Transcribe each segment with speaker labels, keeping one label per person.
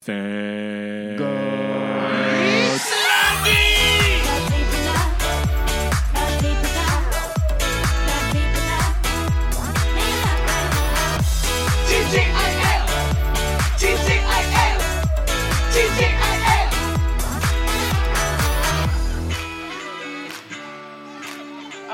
Speaker 1: C'est...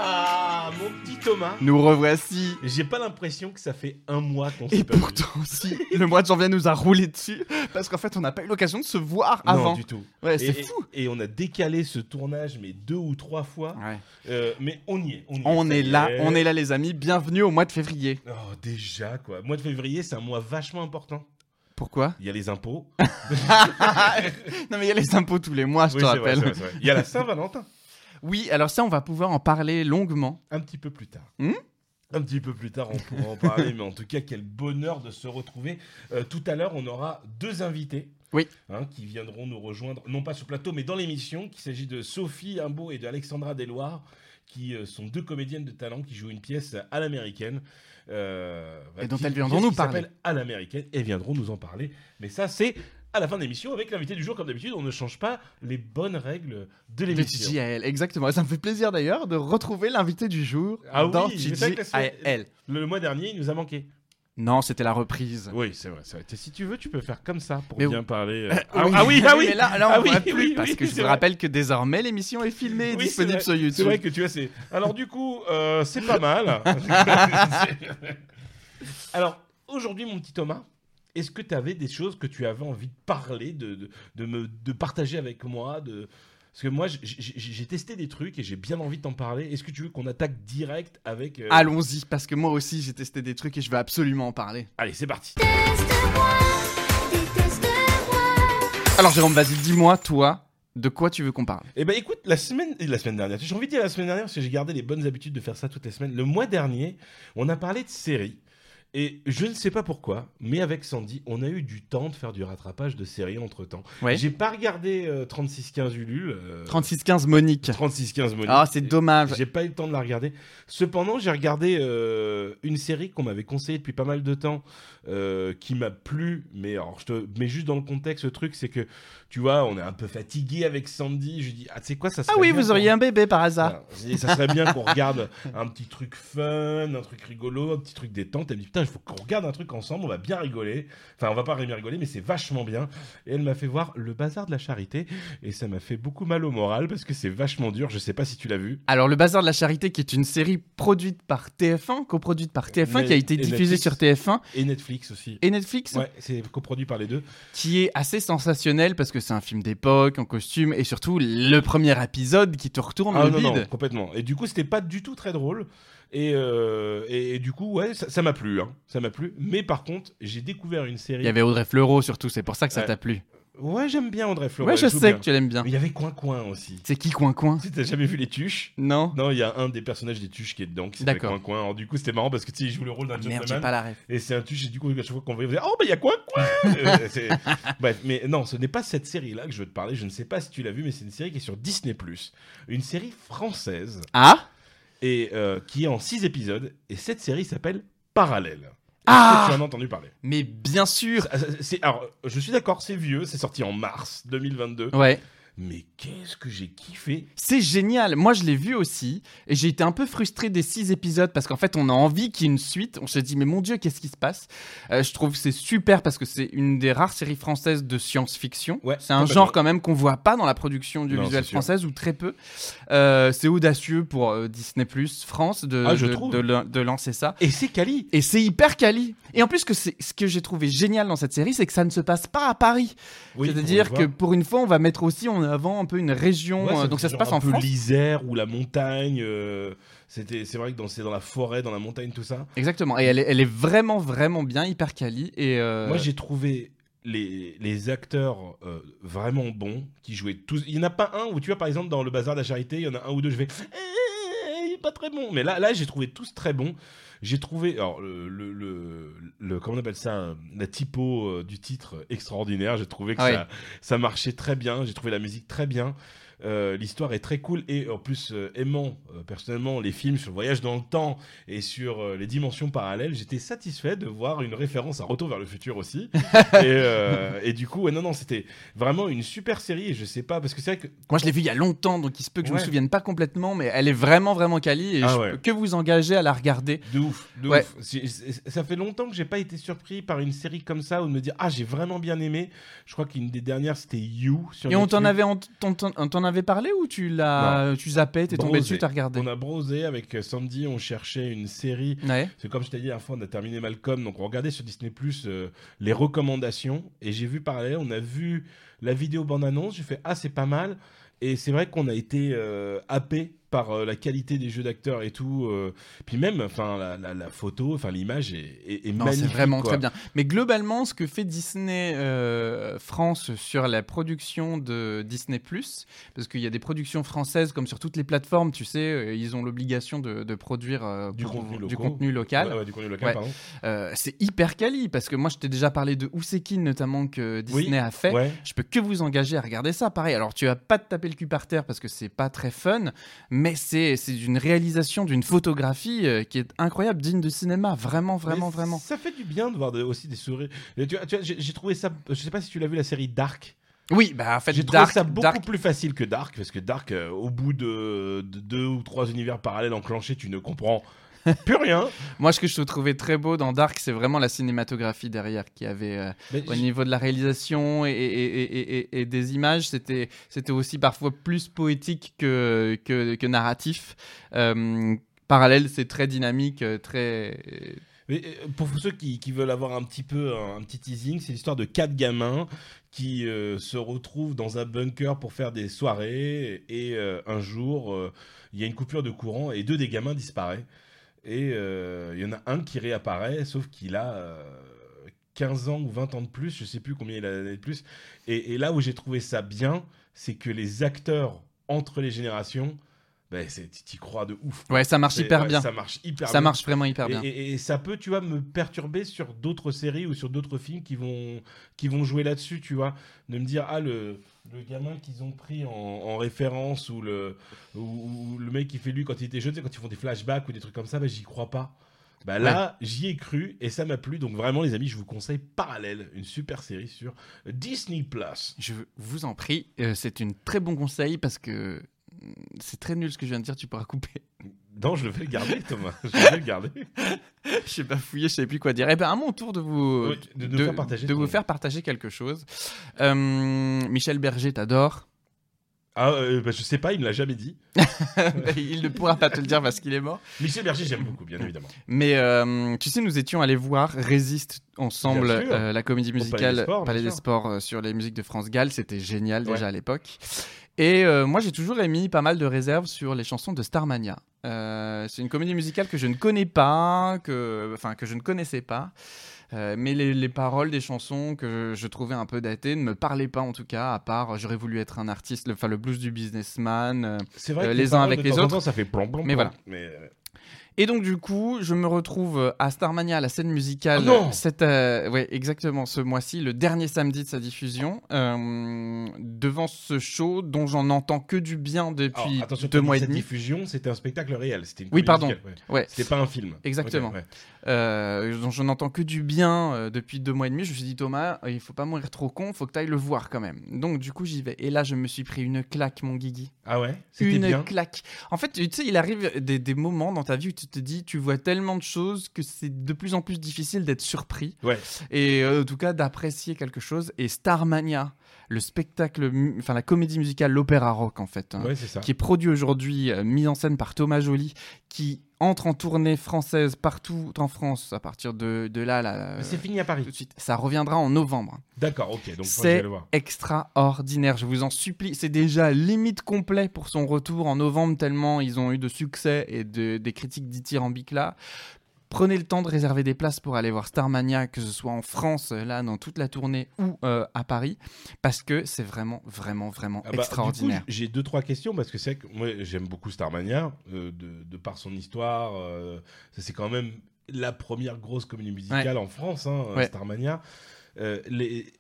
Speaker 2: Ah, mon petit Thomas.
Speaker 3: Nous revoici.
Speaker 2: J'ai pas l'impression que ça fait un mois qu'on
Speaker 3: Et
Speaker 2: s'est pas vu.
Speaker 3: pourtant, si, le mois de janvier nous a roulé dessus parce qu'en fait, on n'a pas eu l'occasion de se voir
Speaker 2: Non,
Speaker 3: avant.
Speaker 2: du tout.
Speaker 3: Ouais,
Speaker 2: Et,
Speaker 3: c'est fou.
Speaker 2: et- et on a décalé ce tournage, mais deux ou trois fois.
Speaker 3: Ouais.
Speaker 2: Euh, mais on y est. On, y
Speaker 3: On
Speaker 2: ça
Speaker 3: est
Speaker 2: y
Speaker 3: là, on est là, les amis. Bienvenue au mois de février.
Speaker 2: Oh, déjà, quoi. Mois de février, c'est un mois vachement important.
Speaker 3: Pourquoi
Speaker 2: Il y a les impôts.
Speaker 3: ah. Non, mais il y a les impôts tous les mois, Ah, je
Speaker 2: Oui,
Speaker 3: te
Speaker 2: c'est vrai,
Speaker 3: rappelle.
Speaker 2: c'est vrai, c'est vrai. Il y a la Saint-Valentin.
Speaker 3: Oui, alors ça, on va pouvoir en parler longuement.
Speaker 2: Un petit peu plus tard.
Speaker 3: Hmm
Speaker 2: un petit peu plus tard, on pourra en parler, mais en tout cas, quel bonheur de se retrouver. Euh, tout à l'heure, on aura deux invités.
Speaker 3: Oui.
Speaker 2: hein, qui viendront nous rejoindre, non pas sur le plateau, mais dans l'émission, qu'il s'agit de Sophie Imbeau et de Alexandra Deloire, qui euh, sont deux comédiennes de talent qui jouent une pièce à l'américaine. euh,
Speaker 3: Et dont
Speaker 2: qui-
Speaker 3: elles
Speaker 2: une
Speaker 3: viendront
Speaker 2: pièce
Speaker 3: nous
Speaker 2: qui
Speaker 3: parler.
Speaker 2: s'appelle À l'américaine, et viendront nous en parler. Mais ça, c'est à la fin de l'émission, avec l'invité du jour, comme d'habitude, on ne change pas les bonnes règles de
Speaker 3: De
Speaker 2: l'émission.
Speaker 3: TJAL, exactement. Et Ça me fait plaisir d'ailleurs de retrouver l'invité du jour
Speaker 2: Ah oui,
Speaker 3: dans
Speaker 2: c'est vrai que la semaine-
Speaker 3: TJAL.
Speaker 2: Le mois dernier, il nous a manqué.
Speaker 3: Non, c'était la reprise.
Speaker 2: Oui, c'est vrai, c'est vrai. Si tu veux, tu peux faire comme ça pour
Speaker 3: Mais
Speaker 2: bien parler. euh. Ah, ah oui, ah oui.
Speaker 3: Mais là, là, on
Speaker 2: Ah
Speaker 3: pourrait
Speaker 2: oui,
Speaker 3: plus,
Speaker 2: oui,
Speaker 3: parce
Speaker 2: oui,
Speaker 3: que je
Speaker 2: c'est
Speaker 3: vous
Speaker 2: vrai.
Speaker 3: rappelle que désormais l'émission est filmée et
Speaker 2: Oui, c'est
Speaker 3: disponible
Speaker 2: vrai.
Speaker 3: sur YouTube.
Speaker 2: C'est vrai que tu as ces. Alors du coup, euh, c'est pas mal. Alors aujourd'hui, mon petit Thomas, est-ce que tu avais des choses que tu avais envie de parler, de, de, de me de partager avec moi, de parce que moi, j- j- j'ai testé des trucs et j'ai bien envie de t'en parler. Est-ce que tu veux qu'on attaque direct avec euh,
Speaker 3: Allons-y, parce que moi aussi j'ai testé des trucs et je veux absolument en parler.
Speaker 2: Allez, c'est parti.
Speaker 3: Alors Jérôme, vas-y, dis-moi, toi, de quoi tu veux qu'on parle
Speaker 2: Eh ben écoute, la semaine, la semaine dernière, j'ai envie de dire la semaine dernière parce que j'ai gardé les bonnes habitudes de faire ça toutes les semaines. Le mois dernier, on a parlé de séries. Et je ne sais pas pourquoi, mais avec Sandy, on a eu du temps de faire du rattrapage de séries entre temps.
Speaker 3: Ouais.
Speaker 2: J'ai pas regardé euh, 36-15 Ulule. euh,
Speaker 3: 3615 Monique.
Speaker 2: 36-15 Monique.
Speaker 3: Ah, c'est dommage.
Speaker 2: J'ai pas eu le temps de la regarder. Cependant, j'ai regardé euh, une série qu'on m'avait conseillée depuis pas mal de temps, euh, qui m'a plu. Mais alors, je te mets juste dans le contexte, le truc, c'est que, tu vois, on est un peu fatigué avec Sandy. Je lui dis, ah, tu sais quoi, ça
Speaker 3: Ah
Speaker 2: serait
Speaker 3: oui,
Speaker 2: bien
Speaker 3: vous
Speaker 2: qu'on-
Speaker 3: auriez un bébé par hasard.
Speaker 2: Voilà. Je dis, ça serait bien qu'on regarde un petit truc fun, un truc rigolo, un petit truc détente. Elle me dit putain, il faut qu'on regarde un truc ensemble, on va bien rigoler. Enfin, on va pas bien rigoler, mais c'est vachement bien. Et elle m'a fait voir le bazar de la charité et ça m'a fait beaucoup mal au moral parce que c'est vachement dur. Je sais pas si tu l'as vu.
Speaker 3: Alors, Le Bazar de la Charité, qui est une série produite par TF1, coproduite par TF1,
Speaker 2: Mais-
Speaker 3: qui a été
Speaker 2: et
Speaker 3: diffusée
Speaker 2: Netflix.
Speaker 3: sur TF1
Speaker 2: Et Netflix aussi.
Speaker 3: et Netflix,
Speaker 2: Ouais, c'est coproduit par les deux.
Speaker 3: qui est assez sensationnelle parce que c'est un film d'époque, en costume, et surtout le premier épisode qui te retourne
Speaker 2: Ah
Speaker 3: le
Speaker 2: non, non,
Speaker 3: bide.
Speaker 2: complètement. Et du coup, c'était pas du tout très drôle. Et, euh, et, et du coup, ouais, ça ça m'a plu. hein. Ça m'a plu. Mais par contre, j'ai découvert une série.
Speaker 3: Il y avait Audrey Fleurot surtout, c'est pour ça que ça
Speaker 2: Ouais.
Speaker 3: t'a plu.
Speaker 2: Ouais, j'aime bien André Fleurot.
Speaker 3: ouais, je
Speaker 2: elle joue
Speaker 3: sais
Speaker 2: bien.
Speaker 3: que tu l'aimes bien.
Speaker 2: Mais il y avait Coin Coin aussi.
Speaker 3: C'est qui Coin Coin
Speaker 2: Tu sais, t'as jamais vu les tuches
Speaker 3: Non
Speaker 2: Non, il y a un des personnages des tuches qui est dedans, qui s'appelle
Speaker 3: D'accord.
Speaker 2: Coin Coin. Alors, du coup, c'était marrant parce que tu sais, il joue le rôle d'un
Speaker 3: Ah, Merde, j'ai
Speaker 2: gentleman.
Speaker 3: pas la ref.
Speaker 2: Et c'est un tuche, et du coup, à chaque fois qu'on voyait, on faisait Oh, bah, il y a Coin Coin Euh, c'est- Bref, mais non, ce n'est pas cette série-là que je veux te parler. Je ne sais pas si tu l'as vu, mais c'est une série qui est sur Disney. Une série française
Speaker 3: Ah
Speaker 2: et euh, qui est en 6 épisodes. Et cette série s'appelle Parallèle. Est-ce
Speaker 3: Ah
Speaker 2: que tu en as entendu parler
Speaker 3: Mais bien sûr
Speaker 2: Ah, C'est- c'est- Alors, je suis d'accord, c'est vieux, c'est sorti en mars 2022.
Speaker 3: Ouais.
Speaker 2: Mais qu'est-ce que j'ai kiffé
Speaker 3: C'est génial. Moi, je l'ai vu aussi et j'ai été un peu frustré des six épisodes parce qu'en fait, on a envie qu'il y ait une suite. On se dit, mais mon Dieu, qu'est-ce qui se passe Euh, Je trouve que c'est super parce que c'est une des rares séries françaises de science-fiction.
Speaker 2: Ouais,
Speaker 3: c'est un
Speaker 2: complètement.
Speaker 3: genre quand même qu'on voit pas dans la production du
Speaker 2: Non,
Speaker 3: visuel
Speaker 2: c'est sûr.
Speaker 3: française ou très peu. Euh, c'est audacieux pour euh, Disney Plus France de,
Speaker 2: Ah, je
Speaker 3: de,
Speaker 2: trouve.
Speaker 3: de lan- de lancer ça.
Speaker 2: Et c'est Cali
Speaker 3: Et c'est hyper quali. Et en plus, que c'est- ce que j'ai trouvé génial dans cette série, c'est que ça ne se passe pas à Paris.
Speaker 2: Oui,
Speaker 3: C'est-à-dire
Speaker 2: pour
Speaker 3: que
Speaker 2: le voir.
Speaker 3: pour une fois, on va mettre aussi en avant un peu une région.
Speaker 2: Ouais,
Speaker 3: euh,
Speaker 2: c'est
Speaker 3: donc ça se
Speaker 2: genre
Speaker 3: passe
Speaker 2: un
Speaker 3: en
Speaker 2: peu
Speaker 3: France.
Speaker 2: l'Isère ou la montagne. euh, c'était, c'est vrai que dans, c'est dans la forêt, dans la montagne, tout ça.
Speaker 3: Exactement. Et elle est, elle est vraiment, vraiment bien, hyper quali. Et euh,
Speaker 2: Moi, j'ai trouvé les, les acteurs euh, vraiment bons qui jouaient tous. Il n'y en a pas un où tu vois, par exemple, dans le bazar de la charité, il y en a un ou deux, je vais. Eh, Il est pas très bon. Mais là, là j'ai trouvé tous très bons. J'ai trouvé. Alors, le, le, le, le- Comment on appelle ça euh, La typo euh, du titre euh, extraordinaire. J'ai trouvé que
Speaker 3: Ah ouais.
Speaker 2: ça, ça marchait très bien. J'ai trouvé la musique très bien. Euh, L'histoire est très cool et en plus euh, aimant euh, personnellement les films sur le voyage dans le temps et sur euh, les dimensions parallèles, j'étais satisfait de voir une référence à Retour vers le futur aussi. et, euh, et du coup, ouais, non, non, c'était vraiment une super série et je sais pas parce que c'est vrai que
Speaker 3: Moi, je l'ai vue il y a longtemps, donc il se peut que je
Speaker 2: Ouais.
Speaker 3: me souvienne pas complètement, mais elle est vraiment, vraiment quali et
Speaker 2: Ah
Speaker 3: je
Speaker 2: ouais.
Speaker 3: peux que vous engager à la regarder.
Speaker 2: De ouf, de
Speaker 3: Ouais.
Speaker 2: ouf. C'est- c'est- Ça fait longtemps que j'ai pas été surpris par une série comme ça ou de me dire ah j'ai vraiment bien aimé. Je crois qu'une des dernières c'était You sur
Speaker 3: Et on t'en
Speaker 2: Netflix.
Speaker 3: avait, en- t'en- t'en- on t'en avait parlé ou tu l'as, tu zappais, t'es tombé
Speaker 2: Brosé.
Speaker 3: dessus, t'as regardé
Speaker 2: On a brosé avec euh, Sandy, on cherchait une série.
Speaker 3: Ouais.
Speaker 2: C'est comme je t'ai dit la dernière fois, on a terminé Malcolm, donc on regardait sur Disney Plus euh, les recommandations et j'ai vu parallèle, on a vu la vidéo bande annonce, j'ai fait ah c'est pas mal et c'est vrai qu'on a été euh, happé par euh, la qualité des jeux d'acteurs et tout, euh, puis même enfin la, la- la photo, enfin l'image est, est- est
Speaker 3: Non, c'est
Speaker 2: magnifique.
Speaker 3: vraiment
Speaker 2: quoi.
Speaker 3: très bien. Mais globalement, ce que fait Disney euh, France sur la production de Disney ⁇ parce qu'il y a des productions françaises comme sur toutes les plateformes, tu sais, euh, ils ont l'obligation de, de produire euh,
Speaker 2: Du
Speaker 3: pour-
Speaker 2: contenu
Speaker 3: du
Speaker 2: local.
Speaker 3: contenu local.
Speaker 2: Ouais, ouais, du contenu local,
Speaker 3: Ouais.
Speaker 2: pardon.
Speaker 3: Euh, c'est hyper quali, parce que moi je t'ai déjà parlé de Ousekin notamment que Disney
Speaker 2: Oui,
Speaker 3: a fait.
Speaker 2: Ouais.
Speaker 3: Je peux que vous engager à regarder ça. Pareil, alors tu vas pas te taper le cul par terre parce que c'est pas très fun, mais c'est c'est une réalisation d'une photographie euh, qui est incroyable, digne de cinéma. Vraiment, vraiment,
Speaker 2: Mais
Speaker 3: vraiment.
Speaker 2: Ça fait du bien de voir de- aussi des souris. Et tu vois- tu vois, j'ai j'ai trouvé ça. Je sais pas si tu l'as vu la série Dark.
Speaker 3: Oui, bah en fait,
Speaker 2: J'ai trouvé
Speaker 3: Dark,
Speaker 2: ça beaucoup
Speaker 3: Dark,
Speaker 2: plus facile que Dark parce que Dark, euh, au bout de, de deux ou trois univers parallèles enclenchés, tu ne comprends plus rien.
Speaker 3: Moi, ce que je trouvais très beau dans Dark, c'est vraiment la cinématographie derrière qui avait, euh,
Speaker 2: Mais
Speaker 3: au
Speaker 2: j-
Speaker 3: niveau de la réalisation et, et- et- et- et- et des images, c'était c'était aussi parfois plus poétique que, que, que narratif. Euh, parallèle, c'est très dynamique, euh, très.
Speaker 2: Mais, euh, pour ceux qui, qui veulent avoir un petit peu un, un petit teasing, c'est l'histoire de quatre gamins qui euh, se retrouvent dans un bunker pour faire des soirées et euh, un jour euh, il y a une coupure de courant et deux des gamins disparaissent et euh, il y en a un qui réapparaît sauf qu'il a euh, 15 ans ou 20 ans de plus, je sais plus combien il a de plus et, et là où j'ai trouvé ça bien, c'est que les acteurs entre les générations, ben c'est t'y crois de ouf.
Speaker 3: Ouais, ça marche
Speaker 2: C'est-
Speaker 3: hyper
Speaker 2: ouais,
Speaker 3: bien. Ça,
Speaker 2: Ça marche hyper bien.
Speaker 3: marche vraiment hyper
Speaker 2: Et-
Speaker 3: bien.
Speaker 2: Et, et ça peut, tu vois, me perturber sur d'autres séries ou sur d'autres films qui vont, qui vont jouer là-dessus, tu vois. De me dire, ah, le, le gamin qu'ils ont pris en, en référence ou le, ou, ou le mec qui fait lui quand il était jeune, tu sais, quand ils font des flashbacks ou des trucs comme ça, bah, j'y crois pas. Bah là, j'y ai cru et ça m'a plu. Donc vraiment, les amis, je vous conseille Parallèle, une super série sur Disney Plus.
Speaker 3: Je vous en prie, euh, c'est une très bon conseil parce que mm, c'est très nul ce que je viens de dire, tu pourras couper.
Speaker 2: Non, je le vais le garder, Thomas. Je vais le garder.
Speaker 3: J'ai pas fouillé, je savais plus quoi dire. Eh ben, à mon tour de vous,
Speaker 2: Oui, de nous faire partager
Speaker 3: de
Speaker 2: ton-
Speaker 3: vous faire partager quelque chose. Euh, Michel Berger t'adore.
Speaker 2: Ah, euh, bah, je sais pas, il me l'a jamais dit.
Speaker 3: il ne pourra pas te le dire parce qu'il est mort.
Speaker 2: Michel Berger, j'aime beaucoup, bien évidemment.
Speaker 3: Mais euh, tu sais, nous étions allés voir Résiste ensemble,
Speaker 2: Bien sûr.
Speaker 3: euh, la comédie
Speaker 2: Palais des
Speaker 3: musicale
Speaker 2: Sports, bien
Speaker 3: Palais des
Speaker 2: sûr.
Speaker 3: Sports euh, sur les musiques de France Gall. C'était génial
Speaker 2: Ouais.
Speaker 3: déjà à l'époque. Et euh, moi, j'ai toujours émis pas mal de réserves sur les chansons de Starmania. Euh, c'est une comédie musicale que je ne connais pas, que, enfin, que je ne connaissais pas. Euh, mais les, les paroles des chansons que je trouvais un peu datées ne me parlaient pas en tout cas, à part euh, j'aurais voulu être un artiste, le, enfin, le blues du businessman, euh,
Speaker 2: C'est vrai
Speaker 3: Euh,
Speaker 2: que
Speaker 3: les uns
Speaker 2: paroles,
Speaker 3: avec
Speaker 2: de
Speaker 3: les
Speaker 2: temps en
Speaker 3: autres.
Speaker 2: temps, ça fait plomb, plomb,
Speaker 3: Mais
Speaker 2: plomb.
Speaker 3: voilà.
Speaker 2: Mais euh,
Speaker 3: Et donc du coup, je me retrouve euh, à Starmania, à la scène musicale.
Speaker 2: Oh non
Speaker 3: cette, euh, ouais, exactement, ce mois-ci, le dernier samedi de sa diffusion, euh, devant ce show dont j'en entends que du bien
Speaker 2: alors,
Speaker 3: depuis
Speaker 2: attention,
Speaker 3: deux
Speaker 2: quand
Speaker 3: mois et
Speaker 2: cette
Speaker 3: demi.
Speaker 2: diffusion, c'était un spectacle réel. C'était une
Speaker 3: Oui,
Speaker 2: comédie
Speaker 3: pardon.
Speaker 2: musicale, ouais.
Speaker 3: Ouais.
Speaker 2: C'était pas un film.
Speaker 3: Exactement.
Speaker 2: Ok, ouais.
Speaker 3: Euh, dont je n'entends que du bien euh, depuis deux mois et demi. Je me suis dit, Thomas, euh, il faut pas mourir trop con, faut que tu ailles le voir quand même. Donc, du coup, j'y vais. Et là, je me suis pris une claque, mon Guigui.
Speaker 2: Ah ouais C'était
Speaker 3: Une
Speaker 2: bien.
Speaker 3: claque. En fait, tu sais, il arrive des, des moments dans ta vie où tu te dis, tu vois tellement de choses que c'est de plus en plus difficile d'être surpris.
Speaker 2: Ouais.
Speaker 3: Et euh, en tout cas, d'apprécier quelque chose. Et Starmania, le spectacle, mu- enfin, la comédie musicale, l'opéra rock, en fait. hein,
Speaker 2: Ouais, c'est ça.
Speaker 3: qui est produit aujourd'hui, euh, mis en scène par Thomas Joly, qui entre en tournée française partout en France à partir de, de là, là, euh,
Speaker 2: C'est fini à
Speaker 3: tout
Speaker 2: Paris.
Speaker 3: de suite. Ça reviendra en novembre.
Speaker 2: D'accord, ok. Donc,
Speaker 3: C'est-
Speaker 2: moi, je vais le voir.
Speaker 3: Extraordinaire, je vous en supplie. C'est déjà limite complet pour son retour en novembre, tellement ils ont eu de succès et de- des critiques dithyrambiques là. Prenez le temps de réserver des places pour aller voir Starmania, que ce soit en France, euh, là, dans toute la tournée, ou euh, à Paris, parce que c'est vraiment, vraiment, vraiment
Speaker 2: Ah bah,
Speaker 3: extraordinaire.
Speaker 2: Du coup, j'ai deux trois questions parce que c'est vrai que moi j'aime beaucoup Starmania euh, de, de par son histoire. euh, ça c'est quand même la première grosse comédie musicale en France, hein,
Speaker 3: Ouais.
Speaker 2: Starmania. Euh, les-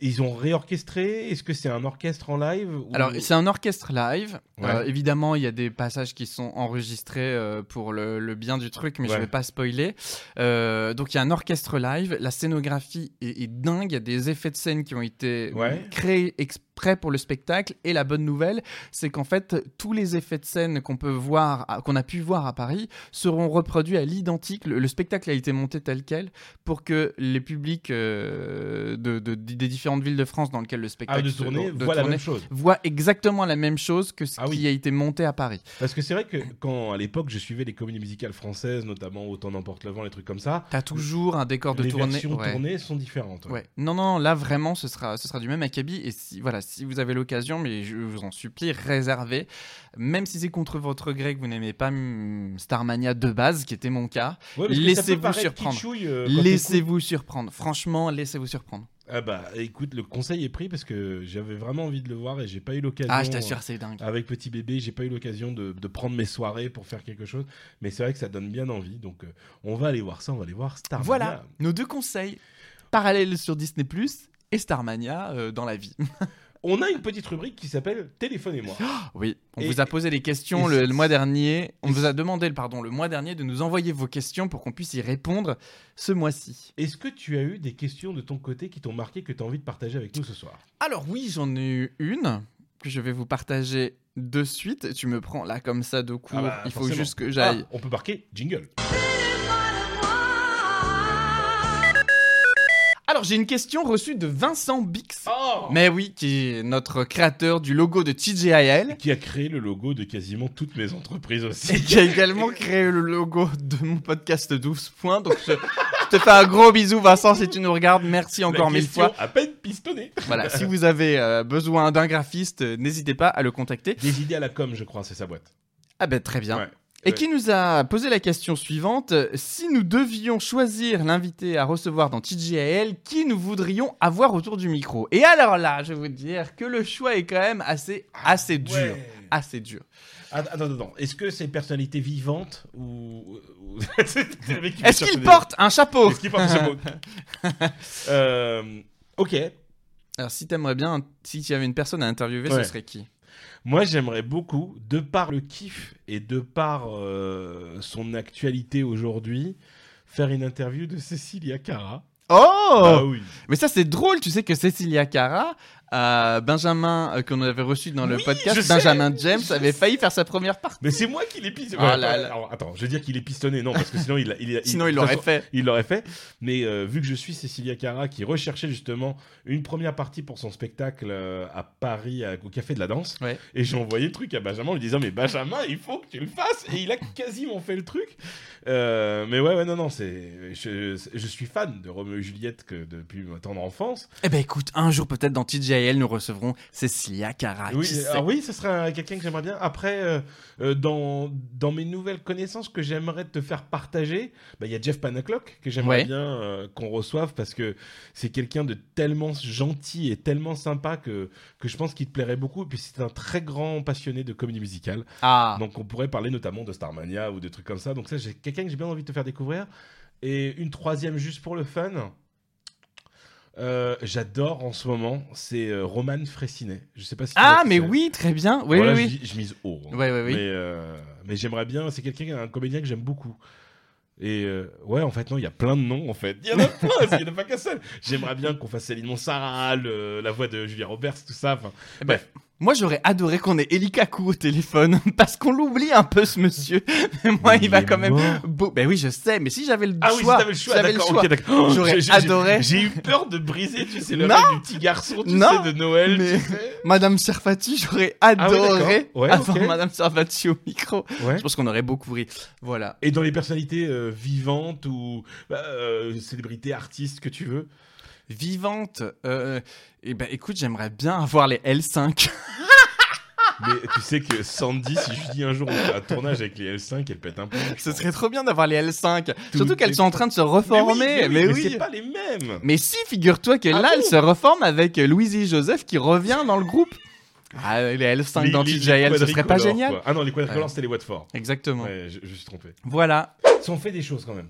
Speaker 2: ils ont réorchestré Est-ce que c'est un orchestre en live ou-
Speaker 3: Alors, c'est un orchestre live.
Speaker 2: Ouais.
Speaker 3: Euh, évidemment, il y a des passages qui sont enregistrés euh, pour le, le bien du truc, mais je
Speaker 2: Ouais.
Speaker 3: vais pas spoiler. Euh, donc, il y a un orchestre live. La scénographie est, est dingue. Il y a des effets de scène qui ont été
Speaker 2: Ouais.
Speaker 3: créés exprès pour le spectacle. Et la bonne nouvelle, c'est qu'en fait, tous les effets de scène qu'on peut voir, à- qu'on a pu voir à Paris, seront reproduits à l'identique. Le, le spectacle a été monté tel quel pour que les publics euh, de- de- des différentes villes de France dans lesquelles le spectacle
Speaker 2: Ah, de
Speaker 3: se-
Speaker 2: tourner,
Speaker 3: de
Speaker 2: voilà la
Speaker 3: tournée
Speaker 2: même chose.
Speaker 3: voit exactement la même chose que ce
Speaker 2: Ah oui.
Speaker 3: qui a été monté à Paris.
Speaker 2: Parce que c'est vrai que quand à l'époque je suivais les comédies musicales françaises, notamment Autant n'emporte le vent, les trucs comme ça,
Speaker 3: T'as toujours un décor de
Speaker 2: les
Speaker 3: tournée.
Speaker 2: versions
Speaker 3: ouais.
Speaker 2: tournées sont différentes.
Speaker 3: Ouais. Non, non, là vraiment, ce sera, ce sera du même acabit. Et si, voilà, si vous avez l'occasion, mais je vous en supplie, réservez. Même si c'est contre votre regret que vous n'aimez pas hum, Starmania de base, qui était mon cas,
Speaker 2: Ouais, parce que ça peut
Speaker 3: Laissez-vous
Speaker 2: paraître
Speaker 3: surprendre.
Speaker 2: kitschouille, euh, quand t'écoutes.
Speaker 3: laissez-vous surprendre. Franchement, laissez-vous surprendre.
Speaker 2: Ah bah écoute, le conseil est pris parce que j'avais vraiment envie de le voir et j'ai pas eu l'occasion.
Speaker 3: Ah, je t'assure, c'est dingue.
Speaker 2: euh, Avec petit bébé, j'ai pas eu l'occasion de, de prendre mes soirées pour faire quelque chose, mais c'est vrai que ça donne bien envie. Donc euh, on va aller voir ça, on va aller voir Star.
Speaker 3: Voilà nos deux conseils parallèles sur Disney Plus et Starmania euh, dans la vie.
Speaker 2: On a une petite rubrique qui s'appelle Téléphonez-moi.
Speaker 3: Oui, on
Speaker 2: Et-
Speaker 3: vous a posé des questions
Speaker 2: et
Speaker 3: le,
Speaker 2: c'est-
Speaker 3: le mois dernier. On
Speaker 2: et
Speaker 3: vous a demandé, le- pardon, le mois dernier de nous envoyer vos questions pour qu'on puisse y répondre ce mois-ci.
Speaker 2: Est-ce que tu as eu des questions de ton côté qui t'ont marqué, que tu as envie de partager avec nous ce soir
Speaker 3: Alors oui, j'en ai eu une que je vais vous partager de suite. Tu me prends là comme ça de court.
Speaker 2: Ah bah,
Speaker 3: Il faut
Speaker 2: forcément.
Speaker 3: juste que j'aille.
Speaker 2: Ah, on peut marquer jingle.
Speaker 3: Ah. Alors j'ai une question reçue de Vincent Bix.
Speaker 2: Oh
Speaker 3: Mais oui, qui est notre créateur du logo de TGIL.
Speaker 2: Qui a créé le logo de quasiment toutes mes entreprises
Speaker 3: Et
Speaker 2: aussi.
Speaker 3: qui a également créé le logo de mon podcast 12 points. Donc je, je te fais un gros bisou Vincent si tu nous regardes. Merci encore
Speaker 2: La
Speaker 3: mille
Speaker 2: question
Speaker 3: fois.
Speaker 2: À peine pistonnée.
Speaker 3: Voilà, si vous avez euh, besoin d'un graphiste, euh, n'hésitez pas à le contacter.
Speaker 2: Des idées à la com, je crois, c'est sa boîte.
Speaker 3: Ah ben très bien.
Speaker 2: Ouais.
Speaker 3: Et qui nous a posé la question suivante, euh, si nous devions choisir l'invité à recevoir dans TGAL, qui nous voudrions avoir autour du micro Et alors là, je vais vous dire que le choix est quand même assez, assez dur.
Speaker 2: Ouais.
Speaker 3: Assez dur.
Speaker 2: Att- Attends, attends, attends. Est-ce que c'est une personnalité vivante ou. ou- C'est le mec qui me
Speaker 3: Est-ce
Speaker 2: cherche
Speaker 3: qu'il
Speaker 2: des-
Speaker 3: porte un chapeau
Speaker 2: Est-ce qu'il porte ce mot Euh, Ok.
Speaker 3: Alors si t'aimerais bien, si tu avais une personne à interviewer,
Speaker 2: Ouais.
Speaker 3: ce serait qui
Speaker 2: Moi, j'aimerais beaucoup, de par le kiff et de par euh, son actualité aujourd'hui, faire une interview de Cécilia Cara.
Speaker 3: Oh
Speaker 2: Ah oui.
Speaker 3: Mais ça, c'est drôle. Tu sais que Cécilia Cara, euh, Benjamin, euh, qu'on avait reçu dans le
Speaker 2: Oui, je
Speaker 3: podcast,
Speaker 2: sais,
Speaker 3: Benjamin James,
Speaker 2: je
Speaker 3: avait failli faire sa première partie.
Speaker 2: Mais c'est moi qui l'ai pistonné.
Speaker 3: Oh là là.
Speaker 2: Alors, attends, je veux dire qu'il est pistonné, non, parce que sinon il, a- il, a-
Speaker 3: Sinon, il
Speaker 2: de toute
Speaker 3: l'aurait
Speaker 2: façon,
Speaker 3: fait.
Speaker 2: Il l'aurait fait. Mais euh, vu que je suis Cécilia Cara qui recherchait justement une première partie pour son spectacle euh, à Paris à- au Café de la Danse,
Speaker 3: Ouais.
Speaker 2: et j'ai envoyé le truc à Benjamin en lui disant Mais Benjamin, il faut que tu le fasses. Et il a quasiment fait le truc. Euh, mais ouais, ouais, non, non, c'est. Je, je suis fan de Roméo et Juliette que depuis ma tendre enfance.
Speaker 3: Eh ben, écoute, un jour, peut-être dans TJL, nous recevrons Cécilia Cara.
Speaker 2: oui,
Speaker 3: qui sait.
Speaker 2: ah oui, ce serait quelqu'un que j'aimerais bien. Après, euh, euh, dans, dans mes nouvelles connaissances que j'aimerais te faire partager, bah, il y a Jeff Panaclock que j'aimerais
Speaker 3: Ouais.
Speaker 2: bien euh, qu'on reçoive parce que c'est quelqu'un de tellement gentil et tellement sympa que, que je pense qu'il te plairait beaucoup. Et puis c'est un très grand passionné de comédie musicale.
Speaker 3: Ah.
Speaker 2: Donc on pourrait parler notamment de Starmania ou de trucs comme ça. Donc ça, j'ai quelqu'un que j'ai bien envie de te faire découvrir. Et une troisième juste pour le fun. Euh, J'adore en ce moment, c'est euh, Roman Fressinet. Je sais pas si tu vois
Speaker 3: Ah,
Speaker 2: qui c'est.
Speaker 3: mais oui, très bien. Oui,
Speaker 2: Voilà,
Speaker 3: oui,
Speaker 2: je
Speaker 3: oui.
Speaker 2: dis- Je, mise haut. hein.
Speaker 3: Ouais, ouais, oui.
Speaker 2: Mais, euh, mais j'aimerais bien. C'est quelqu'un, un comédien que j'aime beaucoup. Et euh, ouais, en fait, non, il y a plein de noms, en fait. Il y en a plein, il n'y en a pas qu'un seul. J'aimerais bien qu'on fasse Céline Monsara, le- la voix de Julia Roberts, tout ça. enfin.
Speaker 3: Moi, j'aurais adoré qu'on ait Eli Kaku au téléphone, parce qu'on l'oublie un peu, ce monsieur. Mais moi, il,
Speaker 2: Mais
Speaker 3: va
Speaker 2: est
Speaker 3: quand même.
Speaker 2: mort.
Speaker 3: Bon, ben oui, je sais, mais si j'avais le
Speaker 2: Ah
Speaker 3: choix.
Speaker 2: oui, si t'avais le choix,
Speaker 3: j'avais
Speaker 2: d'accord,
Speaker 3: le choix.
Speaker 2: ok, d'accord.
Speaker 3: J'aurais
Speaker 2: J'ai- j'ai-
Speaker 3: adoré.
Speaker 2: J'ai eu peur de briser, tu sais, le
Speaker 3: Non.
Speaker 2: rêve du petit garçon, tu
Speaker 3: Non.
Speaker 2: sais, de Noël. tu
Speaker 3: Mais-
Speaker 2: sais.
Speaker 3: Madame Serfati, j'aurais
Speaker 2: Ah oui, d'accord.
Speaker 3: adoré
Speaker 2: Ouais,
Speaker 3: avoir
Speaker 2: ok.
Speaker 3: Madame Serfati au micro. Je pense qu'on aurait beaucoup ri. Voilà.
Speaker 2: Et dans les personnalités euh, vivantes ou bah, euh, célébrités, artistes que tu veux.
Speaker 3: Vivante. Euh, eh ben, écoute, j'aimerais bien avoir les L5.
Speaker 2: Mais tu sais que Sandy, si je dis un jour on fait un tournage avec les L5, elle pète un peu.
Speaker 3: Ce serait trop bien d'avoir les L5.
Speaker 2: Tout
Speaker 3: Surtout qu'elles
Speaker 2: est-
Speaker 3: sont en train de se reformer. Mais oui. Mais,
Speaker 2: c'est pas les mêmes.
Speaker 3: si, figure-toi que
Speaker 2: Ah bon
Speaker 3: là, elles se reforment avec Louise et Joseph qui revient dans le groupe. Ah, les L5
Speaker 2: Les-
Speaker 3: dans
Speaker 2: les- les
Speaker 3: TJL, ce serait pas
Speaker 2: quadricolores,
Speaker 3: génial
Speaker 2: quoi. Ah non, les quadricolores,
Speaker 3: Ouais.
Speaker 2: c'était les Watford.
Speaker 3: Exactement.
Speaker 2: Ouais, je, je suis trompé.
Speaker 3: Voilà.
Speaker 2: Ça en fait des choses quand même.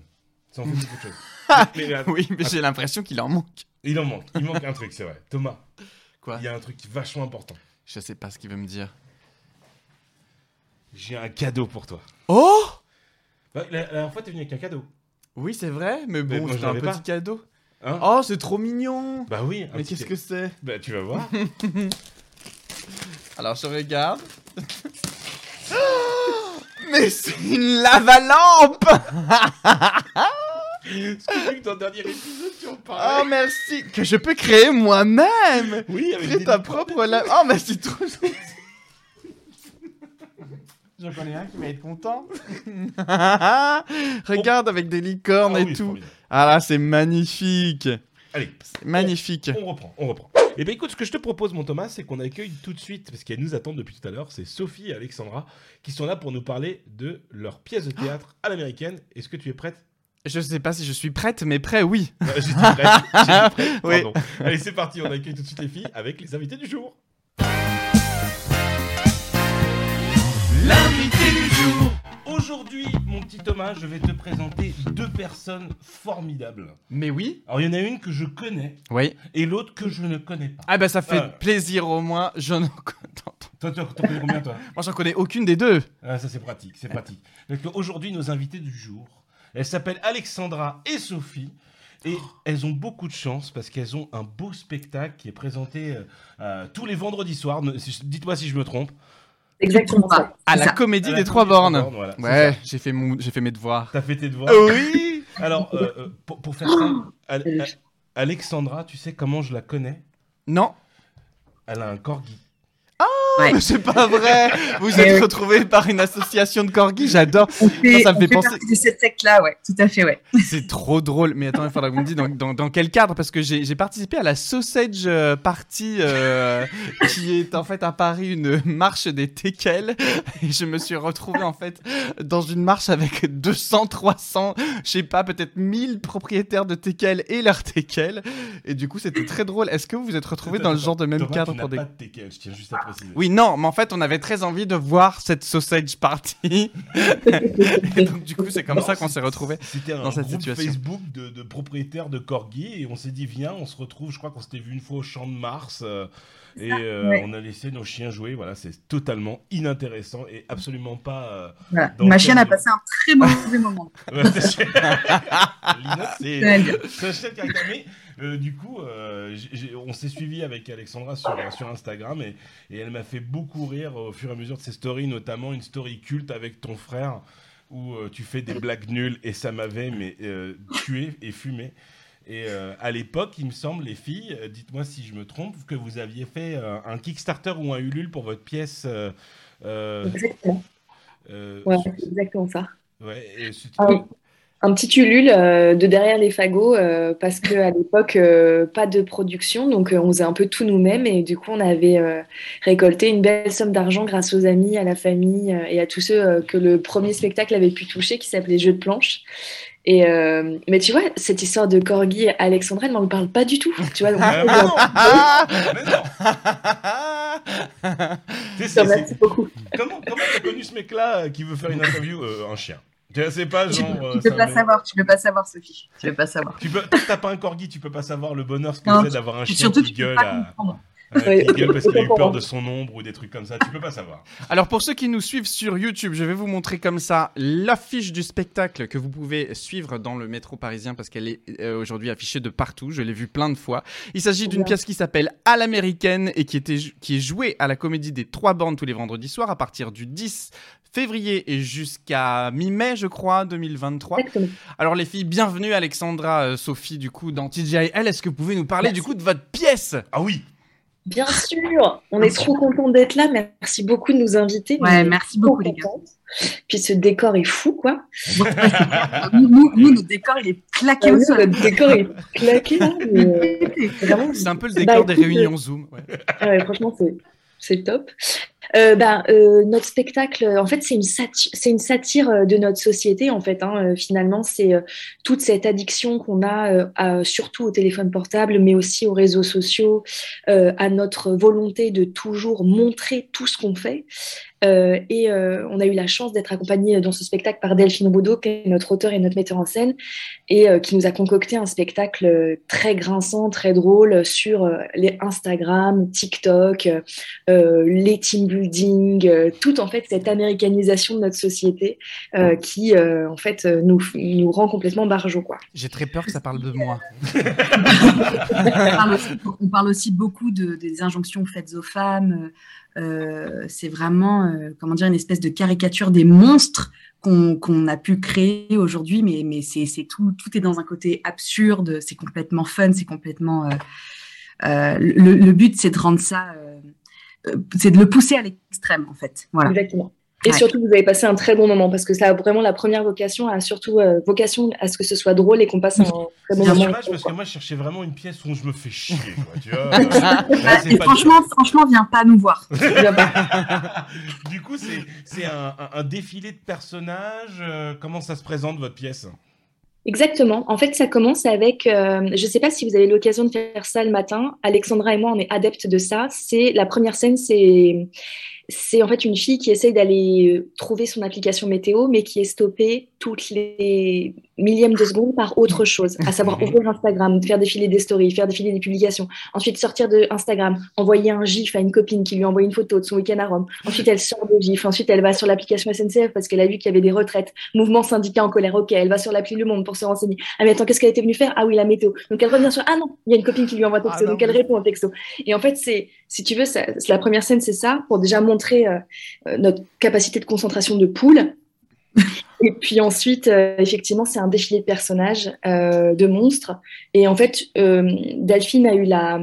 Speaker 2: Ça en fait beaucoup de choses. Mais- mais-
Speaker 3: Oui, mais j'ai l'impression qu'il en manque.
Speaker 2: Il en manque. Il manque un truc, c'est vrai. Thomas,
Speaker 3: Quoi
Speaker 2: il y a un truc qui est vachement important.
Speaker 3: Je sais pas ce qu'il veut me dire.
Speaker 2: J'ai un cadeau pour toi.
Speaker 3: Oh
Speaker 2: Bah, La, la dernière fois, t'es venu avec un cadeau.
Speaker 3: Oui, c'est vrai, mais
Speaker 2: Mais
Speaker 3: bon,
Speaker 2: moi, je
Speaker 3: c'était un
Speaker 2: l'avais
Speaker 3: petit
Speaker 2: pas.
Speaker 3: cadeau.
Speaker 2: Hein
Speaker 3: Oh, c'est trop mignon
Speaker 2: Bah oui. un
Speaker 3: Mais
Speaker 2: petit
Speaker 3: qu'est-ce que
Speaker 2: cadeau.
Speaker 3: c'est
Speaker 2: Bah tu vas voir.
Speaker 3: Alors, je regarde. Ah, mais c'est une lavalampe
Speaker 2: J'ai vu que dans le dernier épisode, tu en parlais.
Speaker 3: Oh, merci Que je peux créer moi-même
Speaker 2: Ah oui, avec
Speaker 3: Crée ta propre lave... Oh, mais c'est trop gentil J'en connais un qui va être content. Regarde avec des licornes
Speaker 2: Ah
Speaker 3: et
Speaker 2: oui,
Speaker 3: tout.
Speaker 2: formidable.
Speaker 3: Ah là, c'est magnifique.
Speaker 2: Allez,
Speaker 3: C'est magnifique.
Speaker 2: on reprend, on reprend. Eh ben écoute, ce que je te propose, mon Thomas, c'est qu'on accueille tout de suite, parce qu'elles nous attendent depuis tout à l'heure, c'est Sophie et Alexandra, qui sont là pour nous parler de leur pièce de théâtre à l'américaine. Est-ce que tu es prête
Speaker 3: Je sais pas si je suis prête, mais prêt, oui.
Speaker 2: Euh, J'ai dit prête, j'ai dit prête,
Speaker 3: Oui.
Speaker 2: pardon. Allez, c'est parti, on accueille tout de suite les filles avec les invités du jour. L'invité du jour Aujourd'hui, mon petit Thomas, je vais te présenter deux personnes formidables.
Speaker 3: Mais oui.
Speaker 2: Alors, il y en a une que je connais
Speaker 3: Oui.
Speaker 2: et l'autre que je ne connais pas.
Speaker 3: Ah bah ça fait
Speaker 2: Ah.
Speaker 3: plaisir au moins. Je n'en Attends, attends.
Speaker 2: Toi, tu en connais combien, toi
Speaker 3: Moi j'en connais aucune des deux.
Speaker 2: Ah, ça c'est pratique, c'est pratique. Donc aujourd'hui, nos invités du jour, elles s'appellent Alexandra et Sophie. Et elles ont beaucoup de chance parce qu'elles ont un beau spectacle qui est présenté euh, euh, tous les vendredis soirs. Ne- si- Dites-moi si je me trompe.
Speaker 4: Exactement ça.
Speaker 3: À
Speaker 4: C'est
Speaker 3: la
Speaker 4: ça.
Speaker 3: comédie
Speaker 2: À la
Speaker 3: des
Speaker 2: comédie
Speaker 3: trois
Speaker 2: des
Speaker 3: bornes.
Speaker 2: Trois Bornes, voilà, c'est
Speaker 3: ouais, Oh. j'ai fait mon... j'ai fait mes devoirs.
Speaker 2: T'as fait tes devoirs.
Speaker 3: Oui.
Speaker 2: Alors, euh, euh, pour, pour faire ça, Al- Al- Alexandra, tu sais comment je la connais
Speaker 3: Non.
Speaker 2: Elle a un corgi.
Speaker 4: Ouais.
Speaker 3: Mais c'est pas vrai. Vous
Speaker 4: Eh
Speaker 3: êtes
Speaker 4: oui.
Speaker 3: retrouvés par une association de corgis. J'adore.
Speaker 4: On fait,
Speaker 3: ça me
Speaker 4: on
Speaker 3: fait
Speaker 4: fait
Speaker 3: penser-
Speaker 4: partie de cette secte-là, ouais, tout à fait, ouais.
Speaker 3: C'est trop drôle. Mais attends, il faudra que vous me dites dans, dans- dans quel cadre Parce que j'ai j'ai participé à la Sausage euh, Party, euh, qui est en fait à Paris une marche des teckels. Et je me suis retrouvé en fait dans une marche avec 200, 300, je sais pas, peut-être 1000 propriétaires de teckels et leurs teckels. Et du coup, c'était très drôle. Est-ce que vous vous êtes retrouvés dans le genre de même
Speaker 2: Thomas,
Speaker 3: cadre
Speaker 2: tu
Speaker 3: pour
Speaker 2: n'as
Speaker 3: des.
Speaker 2: pas de teckel, je tiens juste à préciser.
Speaker 3: Oui, non, mais en fait, on avait très envie de voir cette Sausage Party. Et donc, du coup, c'est comme
Speaker 2: Non,
Speaker 3: ça qu'on
Speaker 2: c'est-
Speaker 3: s'est retrouvés.
Speaker 2: C'était un
Speaker 3: dans cette
Speaker 2: groupe
Speaker 3: situation.
Speaker 2: Facebook de, de propriétaires de corgis et on s'est dit viens, on se retrouve. Je crois qu'on s'était vu une fois au Champ de Mars euh, et euh,
Speaker 4: ouais.
Speaker 2: on a laissé nos chiens jouer. Voilà, c'est totalement inintéressant et absolument pas. euh,
Speaker 4: Voilà.
Speaker 2: Dans
Speaker 4: Ma
Speaker 2: le
Speaker 4: chienne a
Speaker 2: cadre.
Speaker 4: passé un très mauvais moment.
Speaker 2: ouais, c'est- Lina,
Speaker 4: je
Speaker 2: c'est
Speaker 4: tenais à le dire.
Speaker 2: c'est un chien de caractère. Mais, euh, du coup, euh, j'ai- j'ai- on s'est suivi avec Alexandra sur, euh, sur Instagram et, et elle m'a fait beaucoup rire au fur et à mesure de ses stories, notamment une story culte avec ton frère où euh, tu fais des blagues nulles et ça m'avait mais euh, tué et fumé. Et euh, à l'époque, il me semble, les filles, euh, dites-moi si je me trompe, que vous aviez fait euh, un Kickstarter ou un Ulule pour votre pièce. euh, euh,
Speaker 5: Exactement.
Speaker 2: euh,
Speaker 5: Ouais,
Speaker 2: sur-
Speaker 5: c'est exactement ça.
Speaker 2: ouais, et c'était-
Speaker 5: Un, un petit ulule euh, de derrière les fagots euh, parce que à l'époque euh, pas de production donc euh, on faisait un peu tout nous-mêmes et du coup on avait euh, récolté une belle somme d'argent grâce aux amis, à la famille euh, et à tous ceux euh, que le premier spectacle avait pu toucher qui s'appelait Jeux de planche. Et euh, mais tu vois cette histoire de corgi Alexandra elle m'en parle pas du tout tu vois donc,
Speaker 2: Ah, mais non, mais non. Tu sais,
Speaker 5: je te
Speaker 2: c'est- c'est-
Speaker 5: remercie beaucoup.
Speaker 2: Comment comment t'as connu ce mec-là euh, qui veut faire une interview euh, Un chien. Tu vois, c'est pas
Speaker 4: Tu
Speaker 2: genre. euh,
Speaker 4: tu peux
Speaker 2: ça
Speaker 4: pas
Speaker 2: me-
Speaker 4: savoir, tu peux pas savoir, Sophie. Tu peux pas savoir.
Speaker 2: Tu peux, tant que t'as pas un corgi, tu peux pas savoir le bonheur ce que
Speaker 4: Non,
Speaker 2: c'est d'avoir un
Speaker 4: Puis
Speaker 2: chien
Speaker 4: surtout,
Speaker 2: qui
Speaker 4: tu peux
Speaker 2: gueule,
Speaker 4: pas
Speaker 2: à-
Speaker 4: comprendre.
Speaker 2: à- qui
Speaker 5: Ouais.
Speaker 2: gueule parce qu'il a eu peur
Speaker 5: Comprends.
Speaker 2: de son ombre ou des trucs comme ça. Tu peux pas savoir.
Speaker 3: Alors pour ceux qui nous suivent sur YouTube, je vais vous montrer comme ça l'affiche du spectacle que vous pouvez suivre dans le métro parisien parce qu'elle est euh, aujourd'hui affichée de partout, je l'ai vue plein de fois. Il s'agit d'une
Speaker 5: Bien.
Speaker 3: pièce qui s'appelle À l'américaine et qui, était, ju- qui est jouée à la comédie des trois bandes tous les vendredis soirs à partir du 10 février et jusqu'à mi-mai je crois 2023.
Speaker 5: Exactement.
Speaker 3: Alors les filles, bienvenue Alexandra, euh, Sophie du coup dans TGIL, est-ce que vous pouvez nous parler du coup de votre pièce
Speaker 2: Ah oui
Speaker 5: Bien sûr, on est trop content d'être là. Merci beaucoup de nous inviter. On
Speaker 4: Ouais,
Speaker 5: est
Speaker 4: merci
Speaker 5: trop
Speaker 4: beaucoup, les gars.
Speaker 5: contentes. Puis ce décor est fou, quoi.
Speaker 2: Ah,
Speaker 4: Nous, nous, nous, notre décor, il est claqué
Speaker 5: Ah
Speaker 4: au
Speaker 5: oui,
Speaker 4: sol.
Speaker 5: le décor est claqué, là, mais, euh, vraiment,
Speaker 3: C'est un peu le
Speaker 5: Bah,
Speaker 3: décor des
Speaker 5: écoute,
Speaker 3: réunions Zoom. ouais.
Speaker 5: ouais, franchement, c'est- c'est top. Euh, bah, euh, notre spectacle, en fait, c'est une, sati- c'est une satire euh, de notre société, en fait. hein. Euh, Finalement, c'est euh, toute cette addiction qu'on a, euh, à- surtout au téléphone portable, mais aussi aux réseaux sociaux, euh, à notre volonté de toujours montrer tout ce qu'on fait. Euh, et euh, on a eu la chance d'être accompagné dans ce spectacle par Delphine Boudot, qui est notre auteur et notre metteur en scène, et euh, qui nous a concocté un spectacle euh, très grinçant, très drôle sur euh, les Instagram, TikTok, euh, euh, les team building, euh, toute en fait cette américanisation de notre société euh, qui euh, en fait euh, nous, nous rend complètement barjots quoi.
Speaker 3: J'ai très peur que ça parle de moi.
Speaker 4: on, parle aussi, on parle aussi beaucoup de- des injonctions faites aux femmes. Euh, c'est vraiment, euh, comment dire, une espèce de caricature des monstres qu'on qu'on a pu créer aujourd'hui. Mais, mais c'est c'est tout, tout est dans un côté absurde. C'est complètement fun. C'est complètement. euh, euh, le, le but, c'est de rendre ça, euh, euh, c'est de le pousser à l'extrême, en fait. Voilà.
Speaker 5: Exactement. Et
Speaker 4: Ah. Ouais.
Speaker 5: surtout, vous avez passé un très bon moment parce que ça a vraiment la première vocation, à surtout euh, vocation à ce que ce soit drôle et qu'on passe un très bon
Speaker 2: C'est
Speaker 5: moment.
Speaker 2: dommage parce que moi je cherchais vraiment une pièce où je me fais chier. quoi, tu vois, euh, là, c'est
Speaker 4: Bah, Et
Speaker 2: pas-
Speaker 4: franchement, franchement, viens pas nous voir.
Speaker 2: du coup, c'est c'est un, un- un défilé de personnages. euh, comment ça se présente votre pièce
Speaker 5: Exactement. En fait, ça commence avec, euh, je ne sais pas si vous avez l'occasion de faire ça le matin. Alexandra et moi, on est adeptes de ça. C'est la première scène, c'est c'est en fait une fille qui essaye d'aller euh, trouver son application météo, mais qui est stoppée toutes les millièmes de seconde par autre chose, à savoir ouvrir Instagram, faire défiler des stories, faire défiler des publications, ensuite sortir de Instagram, envoyer un gif à une copine qui lui envoie une photo de son week-end à Rome. Ensuite, elle sort de gif. Ensuite, elle va sur l'application SNCF parce qu'elle a vu qu'il y avait des retraites mouvement syndicat en colère. Ok, elle va sur l'appli Le Monde pour se renseigner. Ah mais attends, qu'est-ce qu'elle était venue faire Ah oui, la météo. Donc elle revient sur Ah non, il y a une copine qui lui envoie un texto,
Speaker 3: Ah, non,
Speaker 5: donc elle
Speaker 3: mais-
Speaker 5: répond au texto. Et en fait, c'est si tu veux, ça- c'est la première scène, c'est ça pour déjà montrer euh, euh, notre capacité de concentration de poule. Et puis ensuite, euh, effectivement, c'est un défilé de personnages, euh, de monstres. Et en fait, euh, Delphine a eu la,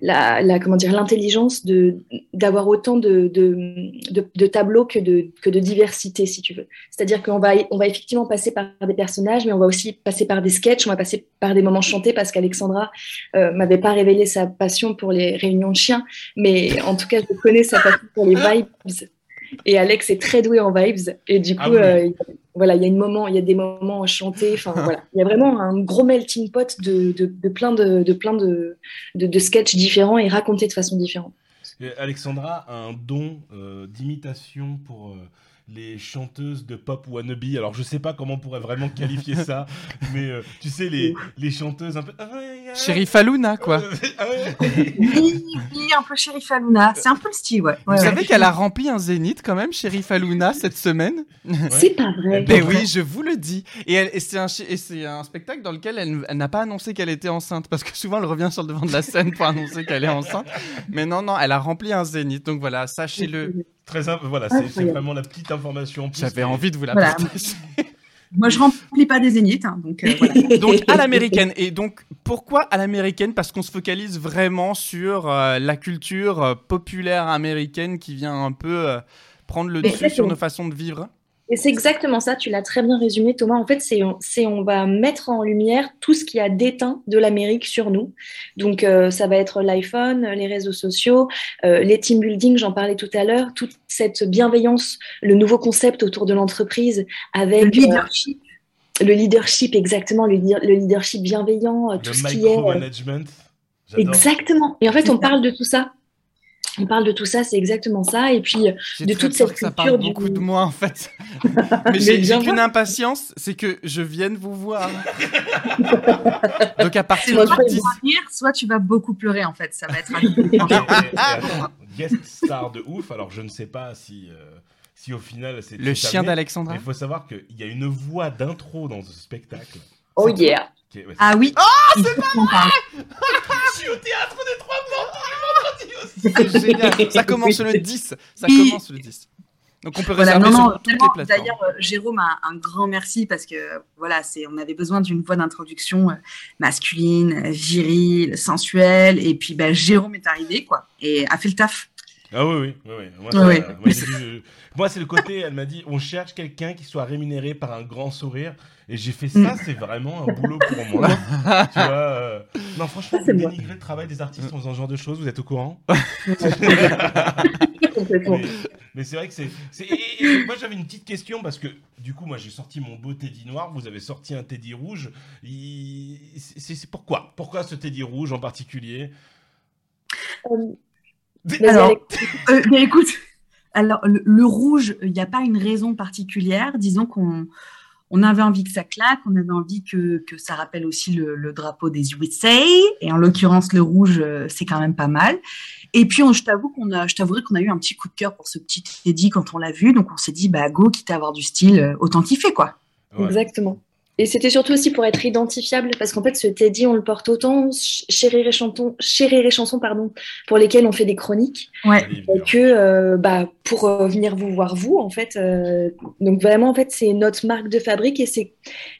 Speaker 5: la, la- comment dire, l'intelligence de d'avoir autant de, de, de- de tableaux que de, que de diversité, si tu veux. C'est-à-dire qu'on va, on va effectivement passer par des personnages, mais on va aussi passer par des sketchs, on va passer par des moments chantés, parce qu'Alexandra euh, m'avait pas révélé sa passion pour les réunions de chiens, mais en tout cas, je connais sa passion pour les vibes. Et Alex est très doué en vibes, et du coup,
Speaker 2: Ah oui.
Speaker 5: euh, il- voilà, il y a une moment, il y a des moments chantés, enfin voilà, il y a vraiment un gros melting pot de, de, de plein de, de plein de, de, de sketchs différents et racontés de façon différente.
Speaker 2: Euh, Alexandra a un don euh, d'imitation pour euh, les chanteuses de pop ou wannabe. Alors je sais pas comment on pourrait vraiment qualifier ça, mais euh, tu sais les, les chanteuses un peu. ah
Speaker 3: Chérie Falouna, quoi.
Speaker 4: Oui, oui, un peu Sheriff Aluna. C'est un peu le style, ouais. Ouais,
Speaker 3: Vous
Speaker 4: ouais.
Speaker 3: savez qu'elle a rempli un zénith quand même, chérie Falouna, cette semaine
Speaker 5: C'est pas
Speaker 2: Eh ben,
Speaker 5: vrai.
Speaker 4: Ben
Speaker 3: Mais oui, je vous le dis. Et, elle- et c'est un, chi- et c'est un spectacle dans lequel elle, n- elle n'a pas annoncé qu'elle était enceinte, parce que souvent elle revient sur le devant de la scène pour annoncer qu'elle est enceinte. Mais non, non, elle a rempli un zénith, donc voilà, sachez-le.
Speaker 2: Très simple. Voilà, c'est- c'est
Speaker 5: Incroyable.
Speaker 2: vraiment la petite information. en plus.
Speaker 3: J'avais envie de vous la
Speaker 4: Voilà.
Speaker 3: partager.
Speaker 4: Moi, je remplis pas des zéniths, hein, donc euh, voilà.
Speaker 3: Donc à l'américaine. Et donc pourquoi à l'américaine Parce qu'on se focalise vraiment sur euh, la culture euh, populaire américaine qui vient un peu euh, prendre le
Speaker 4: Ben,
Speaker 5: Mais
Speaker 3: dessus sur
Speaker 5: exactement.
Speaker 3: nos façons de vivre.
Speaker 5: Et c'est exactement ça, tu l'as très bien résumé Thomas. En fait, c'est on, c'est- on va mettre en lumière tout ce qui a déteint de l'Amérique sur nous. Donc euh, ça va être l'iPhone, les réseaux sociaux, euh, les team building, j'en parlais tout à l'heure, toute cette bienveillance, le nouveau concept autour de l'entreprise
Speaker 4: Le
Speaker 5: avec euh,
Speaker 4: leadership,
Speaker 5: le leadership, exactement, le, leader- le leadership bienveillant, euh, tout ce
Speaker 2: le
Speaker 5: qui est... euh,
Speaker 2: micromanagement. J'adore.
Speaker 5: Exactement. Et en fait,
Speaker 4: C'est
Speaker 5: on
Speaker 4: ça.
Speaker 5: parle de tout ça. On parle de tout ça, c'est exactement ça. Et puis, euh,
Speaker 3: J'ai
Speaker 5: de
Speaker 3: très
Speaker 5: toute
Speaker 3: peur
Speaker 5: cette
Speaker 3: que ça
Speaker 5: culture
Speaker 3: parle
Speaker 5: du-
Speaker 3: beaucoup de moi en fait. Mais j'ai
Speaker 5: bien
Speaker 3: j'ai qu'une
Speaker 5: moi.
Speaker 3: impatience, c'est que je vienne vous voir. Donc à
Speaker 4: c'est
Speaker 3: partir
Speaker 4: soit
Speaker 5: Moi,
Speaker 3: du
Speaker 4: tu vas
Speaker 3: 10,
Speaker 4: rire, soit tu vas beaucoup pleurer, en fait. Ça va être un-
Speaker 2: Et- et
Speaker 5: Ah
Speaker 2: attends, guest star de ouf. Alors je ne sais pas si euh, si au final c'est
Speaker 3: le
Speaker 2: c'est
Speaker 3: chien
Speaker 2: amené,
Speaker 3: d'Alexandra.
Speaker 2: mais Il faut savoir qu'il y a une voix d'intro dans ce spectacle.
Speaker 5: oh yeah.
Speaker 2: qui est- ouais,
Speaker 4: Ah oui. il faut qu'on parle.
Speaker 2: Je suis au théâtre des trois morts tous les vendredis aussi.
Speaker 3: C'est Ah, génial. Ça commence le 10. Ça
Speaker 4: Oui.
Speaker 3: commence le 10. Donc on peut
Speaker 4: Voilà,
Speaker 3: réserver
Speaker 4: non, non,
Speaker 3: sur toutes les
Speaker 4: vraiment,
Speaker 3: plateformes.
Speaker 4: D'ailleurs, euh, Jérôme, un, un grand merci parce que euh, voilà, c'est, on avait besoin d'une voix d'introduction euh, masculine, euh, virile, sensuelle, et puis bah, Jérôme est arrivé, quoi, et a fait le taf.
Speaker 2: Ah oui, oui, oui. oui. Moi,
Speaker 4: Ah
Speaker 2: ça-
Speaker 4: oui.
Speaker 2: moi, j'ai dit, je- moi, c'est le côté, elle m'a dit, on cherche quelqu'un qui soit rémunéré par un grand sourire. Et j'ai fait
Speaker 5: Mm.
Speaker 2: ça, c'est vraiment un boulot pour moi. tu vois, euh, Non, franchement,
Speaker 5: c'est
Speaker 2: vous
Speaker 5: moi.
Speaker 2: dénigrez le travail des artistes en faisant ce genre de choses, vous êtes au courant
Speaker 5: complètement.
Speaker 2: Mais, mais c'est vrai que c'est. c'est- et- et- et moi j'avais une petite question parce que du coup moi j'ai sorti mon beau Teddy noir, vous avez sorti un Teddy rouge. Il- C'est c'est pourquoi Pourquoi ce Teddy rouge en particulier
Speaker 5: Vas-y,
Speaker 4: Alors,
Speaker 5: Alex.
Speaker 4: Euh, mais écoute, alors le, le rouge, il n'y a pas une raison particulière. Disons qu'on on avait envie que ça claque, on avait envie que, que ça rappelle aussi le, le drapeau des USA. Et en l'occurrence, le rouge, euh, c'est quand même pas mal. Et puis, on, je t'avoue qu'on a, je t'avouerai qu'on a eu un petit coup de cœur pour ce petit Teddy quand on l'a vu. Donc, on s'est dit, bah go, quitte à avoir du style, euh, autant kiffer quoi.
Speaker 2: Ouais.
Speaker 5: Exactement. Et c'était surtout aussi pour être identifiable, parce qu'en fait, ce Teddy, on le porte autant ch- chez Rire et Chanson, chez Rire et Chanson, pardon, pour lesquels on fait des chroniques,
Speaker 4: Ouais.
Speaker 2: Allez,
Speaker 5: euh,
Speaker 2: viens.
Speaker 5: que euh, bah, pour euh, venir vous voir vous, en fait. euh, donc vraiment, en fait, c'est notre marque de fabrique et c'est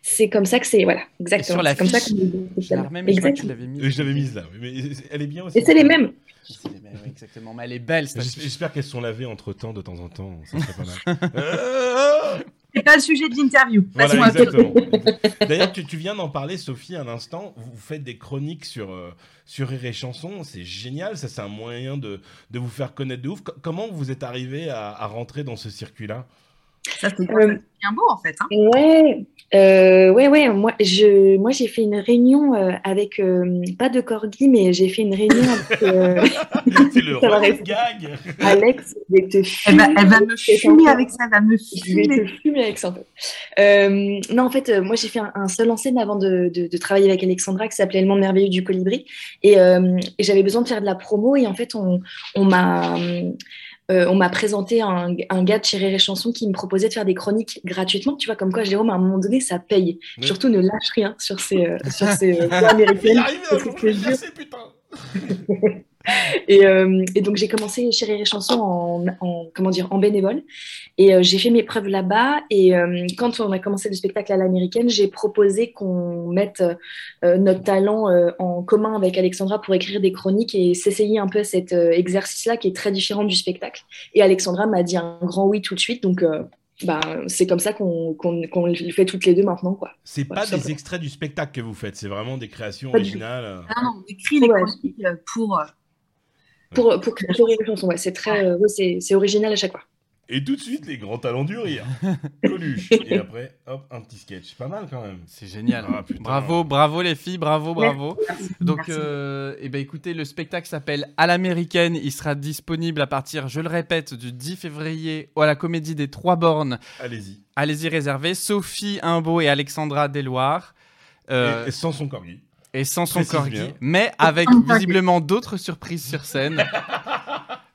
Speaker 5: c'est comme ça que c'est voilà, exactement.
Speaker 3: sur la
Speaker 5: c'est comme ça
Speaker 3: fiche,
Speaker 5: qu'on est
Speaker 3: Je l'ai
Speaker 5: identifiable.
Speaker 3: remis, mais je vois que tu
Speaker 5: Exactement.
Speaker 3: l'avais
Speaker 2: Euh,
Speaker 3: mise.
Speaker 2: Je l'avais mise là, oui, mais elle est bien aussi.
Speaker 5: Et c'est les mêmes.
Speaker 3: C'est les mêmes, oui, exactement. Mais elle est belle, cette
Speaker 2: J'espère
Speaker 3: affiche.
Speaker 2: j'espère qu'elles sont lavées entre temps de temps en temps. Ça serait pas mal. Euh,
Speaker 4: C'est pas le sujet de l'interview. Passons
Speaker 2: Voilà,
Speaker 4: à autre chose.
Speaker 2: exactement. D'ailleurs, tu, tu viens d'en parler, Sophie, à l'instant. Vous faites des chroniques sur, euh, sur Rire et Chanson. C'est génial. Ça, c'est un moyen de, de vous faire connaître de ouf. Co- comment vous êtes arrivé à, à rentrer dans ce circuit-là
Speaker 4: Ça, c'est
Speaker 5: Euh,
Speaker 4: bien beau en fait. hein.
Speaker 5: Ouais, euh, ouais, ouais. Moi, je, moi, j'ai fait une réunion euh, avec euh, pas de corgi, mais j'ai fait une réunion avec euh,
Speaker 2: C'est le
Speaker 5: Ça va
Speaker 2: running
Speaker 5: rester.
Speaker 2: gag.
Speaker 5: Alex. Je vais te
Speaker 4: Elle va,
Speaker 5: fumer,
Speaker 4: elle va me
Speaker 5: c'est
Speaker 4: fumer
Speaker 5: sympa.
Speaker 4: avec ça, elle va me
Speaker 5: Je vais te
Speaker 4: fumer.
Speaker 5: fumer, Alex, un peu. Euh, non, en fait, euh, moi, j'ai fait un, un seul en scène avant de, de- de travailler avec Alexandra qui s'appelait Le Monde Merveilleux du Colibri. Et, euh, et j'avais besoin de faire de la promo. Et en fait, on, on m'a. euh, on m'a présenté un, un gars de chez Rire et Chanson qui me proposait de faire des chroniques gratuitement. Tu vois, comme quoi, Jérôme, à un moment donné, ça paye.
Speaker 2: Ouais.
Speaker 5: Surtout, ne lâche rien sur ces, euh, sur ces euh, voix américaines.
Speaker 2: Il est arrivé un
Speaker 5: c'est
Speaker 2: jour,
Speaker 5: que
Speaker 2: je vais le
Speaker 5: dur.
Speaker 2: casser, putain.
Speaker 5: Et, euh, et donc j'ai commencé chez Rire et Chanson en, en- comment dire en bénévole et euh, j'ai fait mes preuves là-bas et euh, quand on a commencé le spectacle à l'américaine j'ai proposé qu'on mette euh, notre talent euh, en commun avec Alexandra pour écrire des chroniques et s'essayer un peu à cet euh, exercice-là qui est très différent du spectacle et Alexandra m'a dit un grand oui tout de suite donc euh, bah, c'est comme ça qu'on qu'on qu'on le fait toutes les deux maintenant quoi.
Speaker 2: C'est
Speaker 5: Ouais,
Speaker 2: pas
Speaker 5: ça
Speaker 2: des
Speaker 5: va.
Speaker 2: extraits du spectacle que vous faites. C'est vraiment des créations
Speaker 5: Pas du tout.
Speaker 2: originales.
Speaker 4: Ah non, on écrit les
Speaker 5: Ouais.
Speaker 4: chroniques euh, pour. euh,
Speaker 5: Pour pour, pour Rire et Chanson ouais c'est très euh, ouais, c'est c'est original à chaque fois.
Speaker 2: Et tout de suite, les grands talents du rire. Coluche. Et après, hop, un petit sketch. Pas mal quand même.
Speaker 3: C'est génial.
Speaker 2: Ah, putain.
Speaker 3: bravo, bravo les filles, bravo, bravo. Donc,
Speaker 4: merci.
Speaker 3: euh, eh ben, écoutez, le spectacle s'appelle À l'américaine. Il sera disponible à partir, je le répète, du 10 février à la Comédie des Trois Bornes.
Speaker 2: Allez-y.
Speaker 3: Allez-y réserver. Sophie Imbeau et Alexandra Desloires. Euh,
Speaker 2: Et- et sans son corgi.
Speaker 3: et, sans son
Speaker 2: précise
Speaker 3: corgi,
Speaker 2: bien.
Speaker 3: mais avec
Speaker 4: Sans corgi.
Speaker 3: visiblement d'autres surprises sur scène.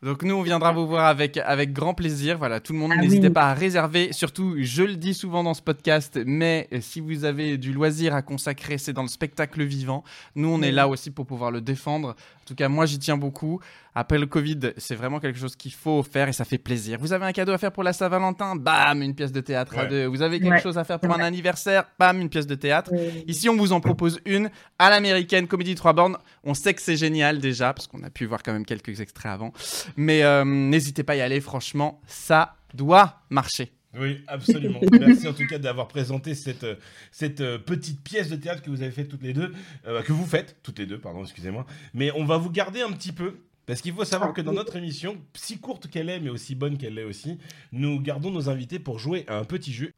Speaker 3: Donc nous, on viendra vous voir avec, avec grand plaisir. Voilà, tout le monde,
Speaker 4: Ah
Speaker 3: n'hésitez
Speaker 4: oui.
Speaker 3: pas à réserver. Surtout, je le dis souvent dans ce podcast, mais euh, si vous avez du loisir à consacrer, c'est dans le spectacle vivant. Nous, on est là aussi pour pouvoir le défendre. En tout cas, moi, j'y tiens beaucoup. Après le Covid, c'est vraiment quelque chose qu'il faut faire et ça fait plaisir. Vous avez un cadeau à faire pour la Saint-Valentin Bam, une pièce de théâtre à
Speaker 2: Ouais.
Speaker 3: deux. Vous avez quelque
Speaker 4: Ouais.
Speaker 3: chose à faire pour
Speaker 4: Ouais.
Speaker 3: un anniversaire Bam, une pièce de théâtre.
Speaker 5: Euh,
Speaker 3: Ici, on vous en propose une à l'américaine, comédie de trois bornes. On sait que c'est génial déjà, parce qu'on a pu voir quand même quelques extraits avant. Mais euh, n'hésitez pas à y aller, franchement, ça doit marcher.
Speaker 2: Oui, absolument. Merci en tout cas d'avoir présenté cette, euh, cette euh, petite pièce de théâtre que vous avez faite toutes les deux, euh, que vous faites toutes les deux, pardon, excusez-moi. Mais on va vous garder un petit peu. Parce qu'il faut savoir que dans notre émission, si courte qu'elle est, mais aussi bonne qu'elle l'est aussi, nous gardons nos invités pour jouer à un petit jeu.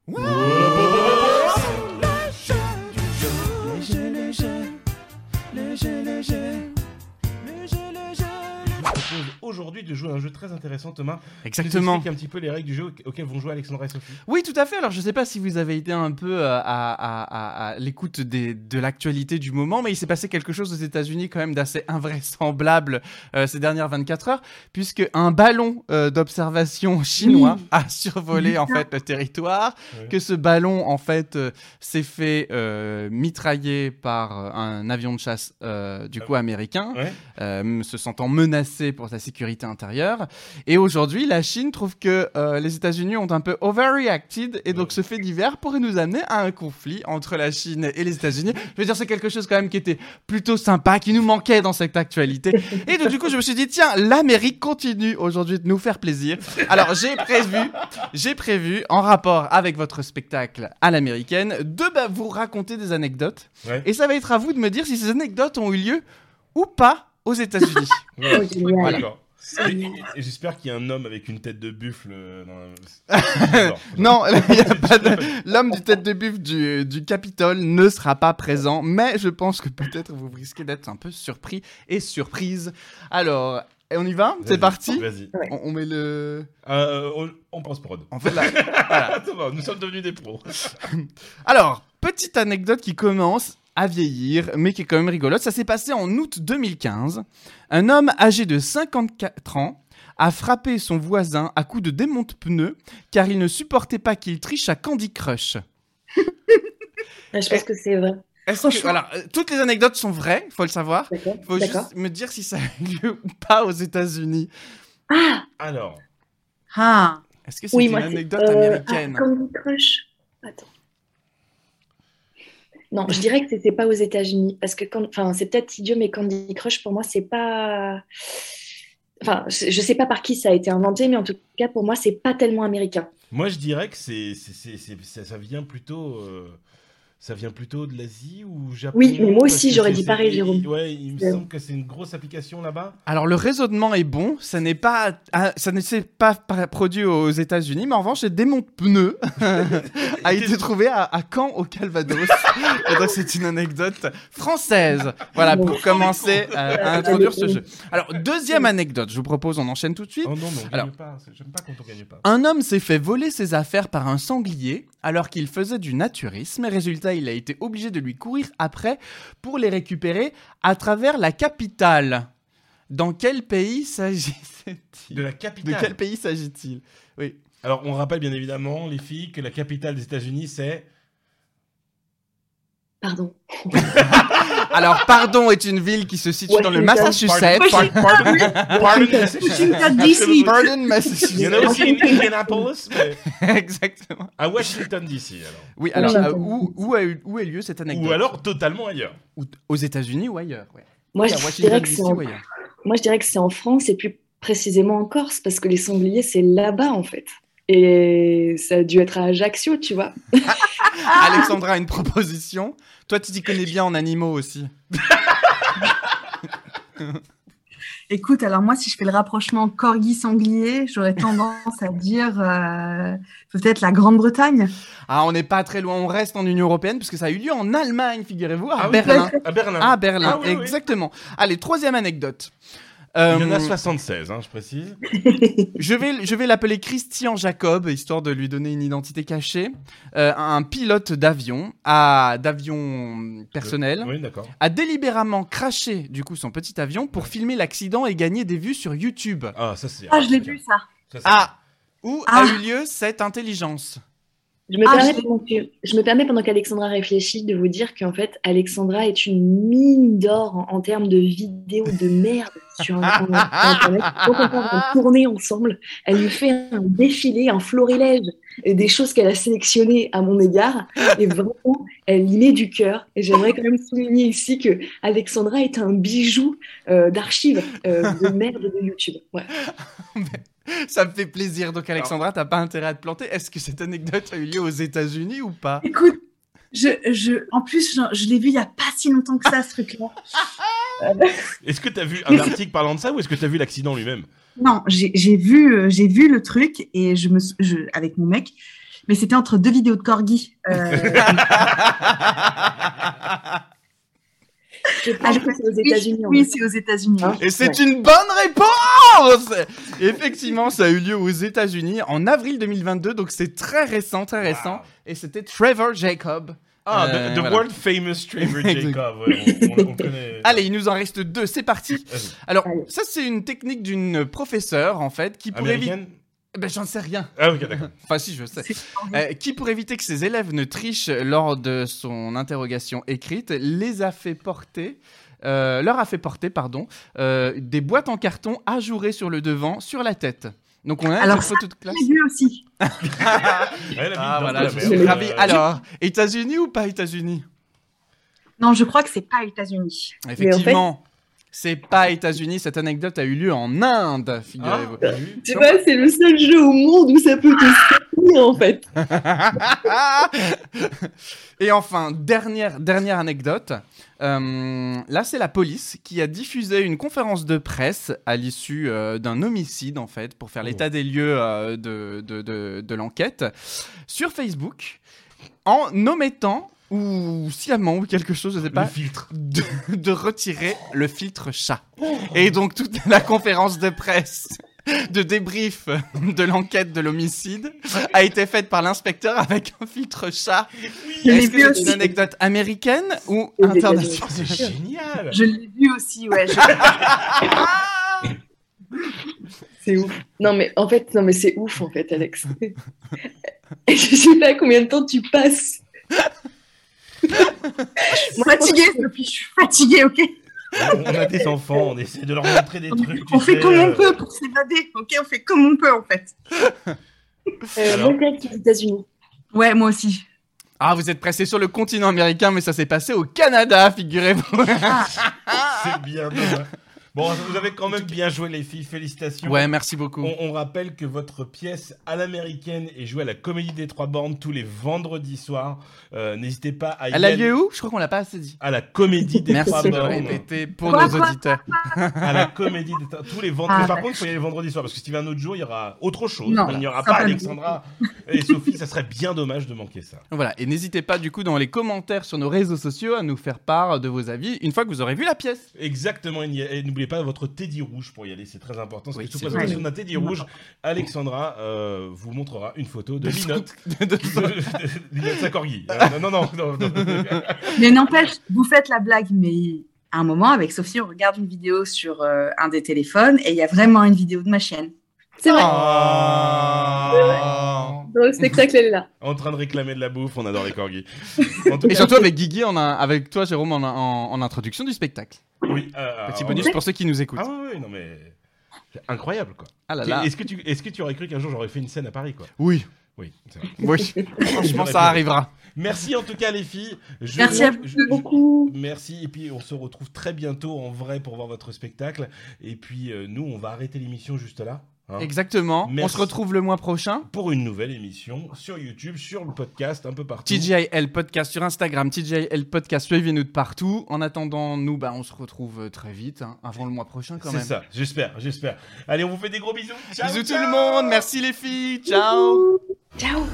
Speaker 2: Je propose Aujourd'hui, de jouer à un jeu très intéressant, Thomas. Tu nous
Speaker 3: Exactement.
Speaker 2: expliques un petit peu les règles du jeu auxquelles vont jouer Alexandra et Sophie.
Speaker 3: Oui, tout à fait. Alors, je ne sais pas si vous avez été un peu euh, à, à- à- à l'écoute des- de l'actualité du moment, mais il s'est passé quelque chose aux États-Unis quand même d'assez invraisemblable euh, ces dernières 24 heures, puisque un ballon euh, d'observation chinois a survolé en fait le territoire,
Speaker 2: Ouais.
Speaker 3: que ce ballon en fait euh, s'est fait euh, mitrailler par euh, un avion de chasse euh, du
Speaker 2: Ah
Speaker 3: coup américain
Speaker 2: Ouais.
Speaker 3: euh, se sentant menacée pour sa sécurité intérieure. Et aujourd'hui, la Chine trouve que euh, les États-Unis ont un peu overreacted et donc ce fait divers pourrait nous amener à un conflit entre la Chine et les États-Unis. Je veux dire, c'est quelque chose quand même qui était plutôt sympa, qui nous manquait dans cette actualité. Et donc, du coup, je me suis dit, tiens, l'Amérique continue aujourd'hui de nous faire plaisir. Alors, j'ai prévu, j'ai prévu, en rapport avec votre spectacle à l'américaine, de bah, vous raconter des anecdotes.
Speaker 2: Ouais.
Speaker 3: Et ça va être à vous de me dire si ces anecdotes ont eu lieu ou pas aux États-Unis.
Speaker 2: Ouais.
Speaker 5: génial.
Speaker 2: D'accord. Et- et- et J'espère qu'il y a un homme avec une tête de buffle. euh, dans la- J'adore.
Speaker 3: Non, il y a pas de- l'homme du tête de buff du, du Capitole ne sera pas présent, mais je pense que peut-être vous risquez d'être un peu surpris et surprise. Alors, et on y va C'est
Speaker 2: Vas-y,
Speaker 3: parti
Speaker 2: Vas-y.
Speaker 3: on, on met le...
Speaker 2: Euh, on, on pense prod.
Speaker 3: On fait la-
Speaker 2: Ça va, nous sommes devenus des pros.
Speaker 3: Alors, petite anecdote qui commence à vieillir, mais qui est quand même rigolote. Ça s'est passé en août 2015. Un homme âgé de 54 ans a frappé son voisin à coups de démonte-pneus car il ne supportait pas qu'il triche à Candy Crush.
Speaker 5: Je pense que c'est vrai.
Speaker 3: Est-ce que,
Speaker 4: Franchement-
Speaker 3: voilà, euh, toutes les anecdotes sont vraies, faut le savoir.
Speaker 5: D'accord.
Speaker 3: Faut
Speaker 5: D'accord.
Speaker 3: juste me dire si ça a eu lieu ou pas aux États-Unis.
Speaker 5: Ah
Speaker 2: Alors,
Speaker 4: Ah,
Speaker 3: Est-ce que c'est
Speaker 5: oui,
Speaker 3: une
Speaker 5: moi c'est-
Speaker 3: anecdote
Speaker 5: euh,
Speaker 3: américaine
Speaker 5: ah, Candy Crush. Attends. Non, je dirais que c'est- c'est pas aux États-Unis parce que quand, enfin, c'est peut-être idiot, mais Candy Crush pour moi c'est pas. Enfin, je je sais pas par qui ça a été inventé, mais en tout cas pour moi c'est pas tellement américain.
Speaker 2: moi je dirais que c'est, c'est- c'est- c'est- ça, ça vient plutôt. euh, Ça vient plutôt de l'Asie ou Japon
Speaker 5: Oui, mais moi
Speaker 2: parce
Speaker 5: aussi,
Speaker 2: que
Speaker 5: j'aurais
Speaker 2: c'est-
Speaker 5: dit
Speaker 2: c'est-
Speaker 5: pareil,
Speaker 2: il-
Speaker 5: Jérôme.
Speaker 2: Ouais, il me
Speaker 5: C'est-
Speaker 2: semble que c'est une grosse application là-bas.
Speaker 3: Alors le raisonnement est bon, ça n'est pas, ah, ça ne s'est pas par- produit aux États-Unis, mais en revanche, des monte-pneus a été trouvé à, à Caen au Calvados. Et donc c'est une anecdote française. Voilà
Speaker 5: Bon.
Speaker 3: pour commencer euh, à
Speaker 5: Euh,
Speaker 3: introduire ce
Speaker 5: allez.
Speaker 3: jeu. Alors deuxième anecdote, je vous propose, on enchaîne tout de suite.
Speaker 2: Oh non, non,
Speaker 3: Alors-
Speaker 2: gagne pas. c'est- J'aime pas quand on gagne pas.
Speaker 3: Un homme s'est fait voler ses affaires par un sanglier alors qu'il faisait du naturisme et résultat il a été obligé de lui courir après pour les récupérer à travers la capitale. Dans quel pays s'agissait-il
Speaker 2: De la
Speaker 3: De
Speaker 2: capitale.
Speaker 3: quel pays s'agit-il Oui.
Speaker 2: Alors, on rappelle bien évidemment, les filles, que la capitale des États-Unis, c'est.
Speaker 5: Pardon.
Speaker 3: Alors pardon est une ville qui se situe dans le
Speaker 5: Washington.
Speaker 3: Massachusetts.
Speaker 4: Washington.
Speaker 2: Pardon,
Speaker 4: Washington DC.
Speaker 3: Pardon,
Speaker 2: Il y en
Speaker 3: Massachusetts.
Speaker 2: a aussi in Indianapolis, mais
Speaker 3: Exactement.
Speaker 2: à Washington DC alors.
Speaker 3: Oui, alors
Speaker 5: Washington.
Speaker 3: euh, où, où a eu, où a eu lieu cette anecdote
Speaker 2: Ou alors totalement ailleurs.
Speaker 3: Ou- aux États-Unis ou ailleurs ouais.
Speaker 5: Moi,
Speaker 3: Oui, à
Speaker 5: je
Speaker 3: Washington
Speaker 5: dirais que
Speaker 3: DC
Speaker 5: c'est
Speaker 3: ou
Speaker 5: en...
Speaker 3: ailleurs.
Speaker 5: Moi, je dirais que c'est en France et plus précisément en Corse parce que les sangliers c'est là-bas en fait. Et ça a dû être à Ajaccio, tu vois.
Speaker 3: Alexandra a une proposition. Toi, tu t'y connais bien en animaux aussi.
Speaker 4: écoute, alors moi, si je fais le rapprochement corgi-sanglier, j'aurais tendance à dire euh, peut-être la Grande-Bretagne.
Speaker 3: Ah, on n'est pas très loin, on reste en Union Européenne, puisque ça a eu lieu en Allemagne, figurez-vous, à
Speaker 2: Ah oui,
Speaker 3: Berlin.
Speaker 2: À Berlin.
Speaker 3: à Berlin,
Speaker 2: Ah oui, oui.
Speaker 3: exactement. Allez, troisième anecdote.
Speaker 2: Il y en
Speaker 3: Euh,
Speaker 2: a 76, hein, je précise.
Speaker 3: je vais, je vais l'appeler Christian Jacob, histoire de lui donner une identité cachée. Euh, un pilote d'avion, à d'avion personnel,
Speaker 2: Oui, d'accord.
Speaker 3: a délibérément craché du coup son petit avion pour filmer l'accident et gagner des vues sur YouTube.
Speaker 2: Ah, ça c'est.
Speaker 4: Ah, je l'ai vu, ça.
Speaker 2: Ça, c'est-
Speaker 3: Ah, où
Speaker 4: Ah.
Speaker 3: a eu lieu cette intelligence
Speaker 5: Je me,
Speaker 4: Ah,
Speaker 5: permets
Speaker 4: je-
Speaker 5: pendant que- je me permets, pendant qu'Alexandra réfléchit, de vous dire qu'en fait, Alexandra est une mine d'or en, en termes de vidéos de merde sur Internet. Donc, on part en tournée ensemble. Elle lui fait un défilé, un florilège et des choses qu'elle a sélectionnées à mon égard. Et vraiment, elle y met du cœur. Et j'aimerais quand même souligner ici que Alexandra est un bijou euh, d'archives euh, de merde de YouTube. Ouais.
Speaker 3: Ça me fait plaisir. Donc, Alexandra, t'as pas intérêt à te planter. Est-ce que cette anecdote a eu lieu aux États-Unis ou pas
Speaker 4: Écoute, je, je, en plus, je, je l'ai vu il n'y a pas si longtemps que ça, ce truc-là.
Speaker 2: Est-ce que t'as vu un article parlant de ça ou est-ce que t'as vu l'accident lui-même
Speaker 4: Non, j'ai j'ai vu, euh, j'ai vu le truc et je me, sou- je, avec mon mec, mais c'était entre deux vidéos de corgi. Euh,
Speaker 5: Ah, Je pense
Speaker 4: Ah, je-
Speaker 5: que c'est aux
Speaker 4: oui,
Speaker 5: États-Unis. en
Speaker 4: oui,
Speaker 5: fait.
Speaker 4: c'est aux États-Unis.
Speaker 5: Hein
Speaker 3: Et c'est une bonne réponse Effectivement, ça a eu lieu aux États-Unis en avril 2022. Donc, c'est très récent, très récent.
Speaker 2: Wow.
Speaker 3: Et c'était Trevor Jacob.
Speaker 2: Ah,
Speaker 3: Euh,
Speaker 2: the, the
Speaker 3: voilà.
Speaker 2: world famous Trevor Jacob. ouais, on, on- on connaît.
Speaker 3: Allez, il nous en reste deux. C'est parti.
Speaker 2: Vas-y.
Speaker 3: Alors,
Speaker 5: Allez.
Speaker 3: ça, c'est une technique d'une professeure, en fait, qui pour éviter.
Speaker 2: Américaine
Speaker 3: Ben, j'en sais rien.
Speaker 2: Ah, ok, d'accord.
Speaker 3: Enfin, si, je sais.
Speaker 4: C'est
Speaker 3: Euh, qui, pour éviter que ses élèves ne trichent lors de son interrogation écrite, les a fait porter. euh, leur a fait porter, pardon, euh, des boîtes en carton ajourées sur le devant, sur la tête. Donc on a
Speaker 4: Alors
Speaker 3: une
Speaker 4: ça,
Speaker 3: photo de classe.
Speaker 4: J'ai vu aussi.
Speaker 2: Ouais, la
Speaker 3: ah
Speaker 2: mine d'or,
Speaker 3: voilà,
Speaker 2: la
Speaker 3: je
Speaker 2: merde,
Speaker 3: suis
Speaker 2: euh,
Speaker 3: ravi. Alors, États-Unis ou pas États-Unis
Speaker 4: Non, je crois que c'est pas aux États-Unis.
Speaker 3: Effectivement, c'est pas États-Unis. Cette anecdote a eu lieu en Inde,
Speaker 2: Ah,
Speaker 3: figurez-vous.
Speaker 2: t'as vu
Speaker 5: Tu vois, c'est le seul jeu au monde où ça peut te souvenir en fait.
Speaker 3: Et enfin, dernière, dernière anecdote. Euh, là, c'est la police qui a diffusé une conférence de presse à l'issue euh, d'un homicide, en fait, pour faire l'état des lieux euh, de, de, de- de l'enquête, sur Facebook, en omettant, ou sciemment, ou quelque chose, je sais pas,
Speaker 2: Le filtre.
Speaker 3: de, de retirer le filtre chat. Et donc toute la conférence de presse de débrief de l'enquête de l'homicide a été faite par l'inspecteur avec un filtre chat.
Speaker 4: Je l'ai
Speaker 3: Est-ce
Speaker 4: vu
Speaker 3: que c'est une
Speaker 4: aussi.
Speaker 3: anecdote américaine ou
Speaker 5: Aux États-Unis.
Speaker 2: Oh,
Speaker 3: internationale
Speaker 2: c'est génial.
Speaker 4: Je l'ai vu aussi, ouais. je-
Speaker 5: C'est ouf. Non mais en fait, non mais c'est ouf en fait, Alex. Et je sais pas combien de temps tu passes.
Speaker 4: Je suis fatiguée, Sophie, je suis fatiguée, ok
Speaker 2: On a des enfants, on essaie de leur montrer des trucs. tu
Speaker 4: On fait
Speaker 2: sais,
Speaker 4: comme on
Speaker 2: euh,
Speaker 4: peut pour s'évader, ok On fait comme on peut, en fait.
Speaker 5: Euh,
Speaker 2: Alors
Speaker 5: moi, direct aux États-Unis.
Speaker 4: Ouais, moi aussi.
Speaker 3: Ah, vous êtes pressé sur le continent américain, mais ça s'est passé au Canada, figurez-vous.
Speaker 2: C'est bien. dommage. Bon, vous avez quand même bien joué les filles. Félicitations.
Speaker 3: Ouais, merci beaucoup.
Speaker 2: On, on rappelle que votre pièce à l'américaine est jouée à la Comédie des Trois Bornes tous les vendredis soirs. Euh, N'hésitez pas à y
Speaker 3: Elle a
Speaker 2: aller
Speaker 3: lieu où Je crois qu'on l'a pas assez dit.
Speaker 2: à la Comédie des
Speaker 3: Merci
Speaker 2: Trois
Speaker 3: de le
Speaker 2: Bornes.
Speaker 3: répéter pour
Speaker 4: Quoi,
Speaker 3: nos
Speaker 4: quoi
Speaker 3: auditeurs.
Speaker 2: À la Comédie des Trois- tous les vendredis.
Speaker 4: Ah,
Speaker 2: Par contre, il faut y aller vendredi soir parce que si tu vas un autre jour, il y aura autre chose.
Speaker 4: Non,
Speaker 2: il n'y aura
Speaker 4: ça
Speaker 2: pas
Speaker 4: va.
Speaker 2: Alexandra et Sophie. Ça serait bien dommage de manquer ça.
Speaker 3: Voilà, et n'hésitez pas du coup dans les commentaires sur nos réseaux sociaux à nous faire part de vos avis une fois que vous aurez vu la pièce.
Speaker 2: Exactement, il n'y a- et n'oubliez pas votre Teddy rouge pour y aller, c'est très important. Parce
Speaker 3: Oui,
Speaker 2: que sous
Speaker 3: c'est
Speaker 2: présentation
Speaker 4: vrai.
Speaker 2: d'un Teddy rouge, Alexandra euh, vous montrera une photo de
Speaker 3: De son-
Speaker 2: Linotte.
Speaker 3: de-
Speaker 2: de- Linotte Sakorgi. Euh, non, non, non. non, non.
Speaker 4: Mais n'empêche, vous faites la blague, mais à un moment, avec Sophie, on regarde une vidéo sur euh, un des téléphones et il y a vraiment une vidéo de ma chienne.
Speaker 5: C'est vrai.
Speaker 2: Ah.
Speaker 5: Dans le spectacle, elle est là.
Speaker 2: En train de réclamer de la bouffe, on adore les corgis. En tout
Speaker 3: Et
Speaker 2: cas,
Speaker 3: surtout avec Guigui, en un- avec toi Jérôme en, en- en introduction du spectacle.
Speaker 2: oui, euh,
Speaker 3: Petit
Speaker 2: euh,
Speaker 3: bonus pour ceux qui nous écoutent.
Speaker 2: Ah oui, oui, non mais c'est incroyable quoi.
Speaker 3: Ah là là.
Speaker 2: Est-ce que tu, est-ce que tu aurais cru qu'un jour j'aurais fait une scène à Paris quoi
Speaker 3: Oui,
Speaker 2: Oui. c'est vrai.
Speaker 3: oui. Franchement, ça arrivera.
Speaker 2: Merci en tout cas les filles. Je-
Speaker 4: Merci à vous
Speaker 2: je- je-
Speaker 5: Beaucoup.
Speaker 2: Merci et puis on se retrouve très bientôt en vrai pour voir votre spectacle et puis euh, nous on va arrêter l'émission juste là hein,
Speaker 3: Exactement. On
Speaker 2: Merci.
Speaker 3: se retrouve le mois prochain.
Speaker 2: pour une nouvelle émission sur YouTube, sur le podcast, un peu partout.
Speaker 3: TJL Podcast sur Instagram, TJL Podcast, suivez-nous de partout. En attendant, nous, bah, on se retrouve euh, très vite, hein, avant le mois prochain quand
Speaker 2: C'est
Speaker 3: même.
Speaker 2: ça, j'espère, j'espère. Allez, on vous fait des gros bisous. Ciao,
Speaker 3: Bisous tout
Speaker 2: ciao.
Speaker 3: le monde, merci les filles, ciao
Speaker 5: Ciao.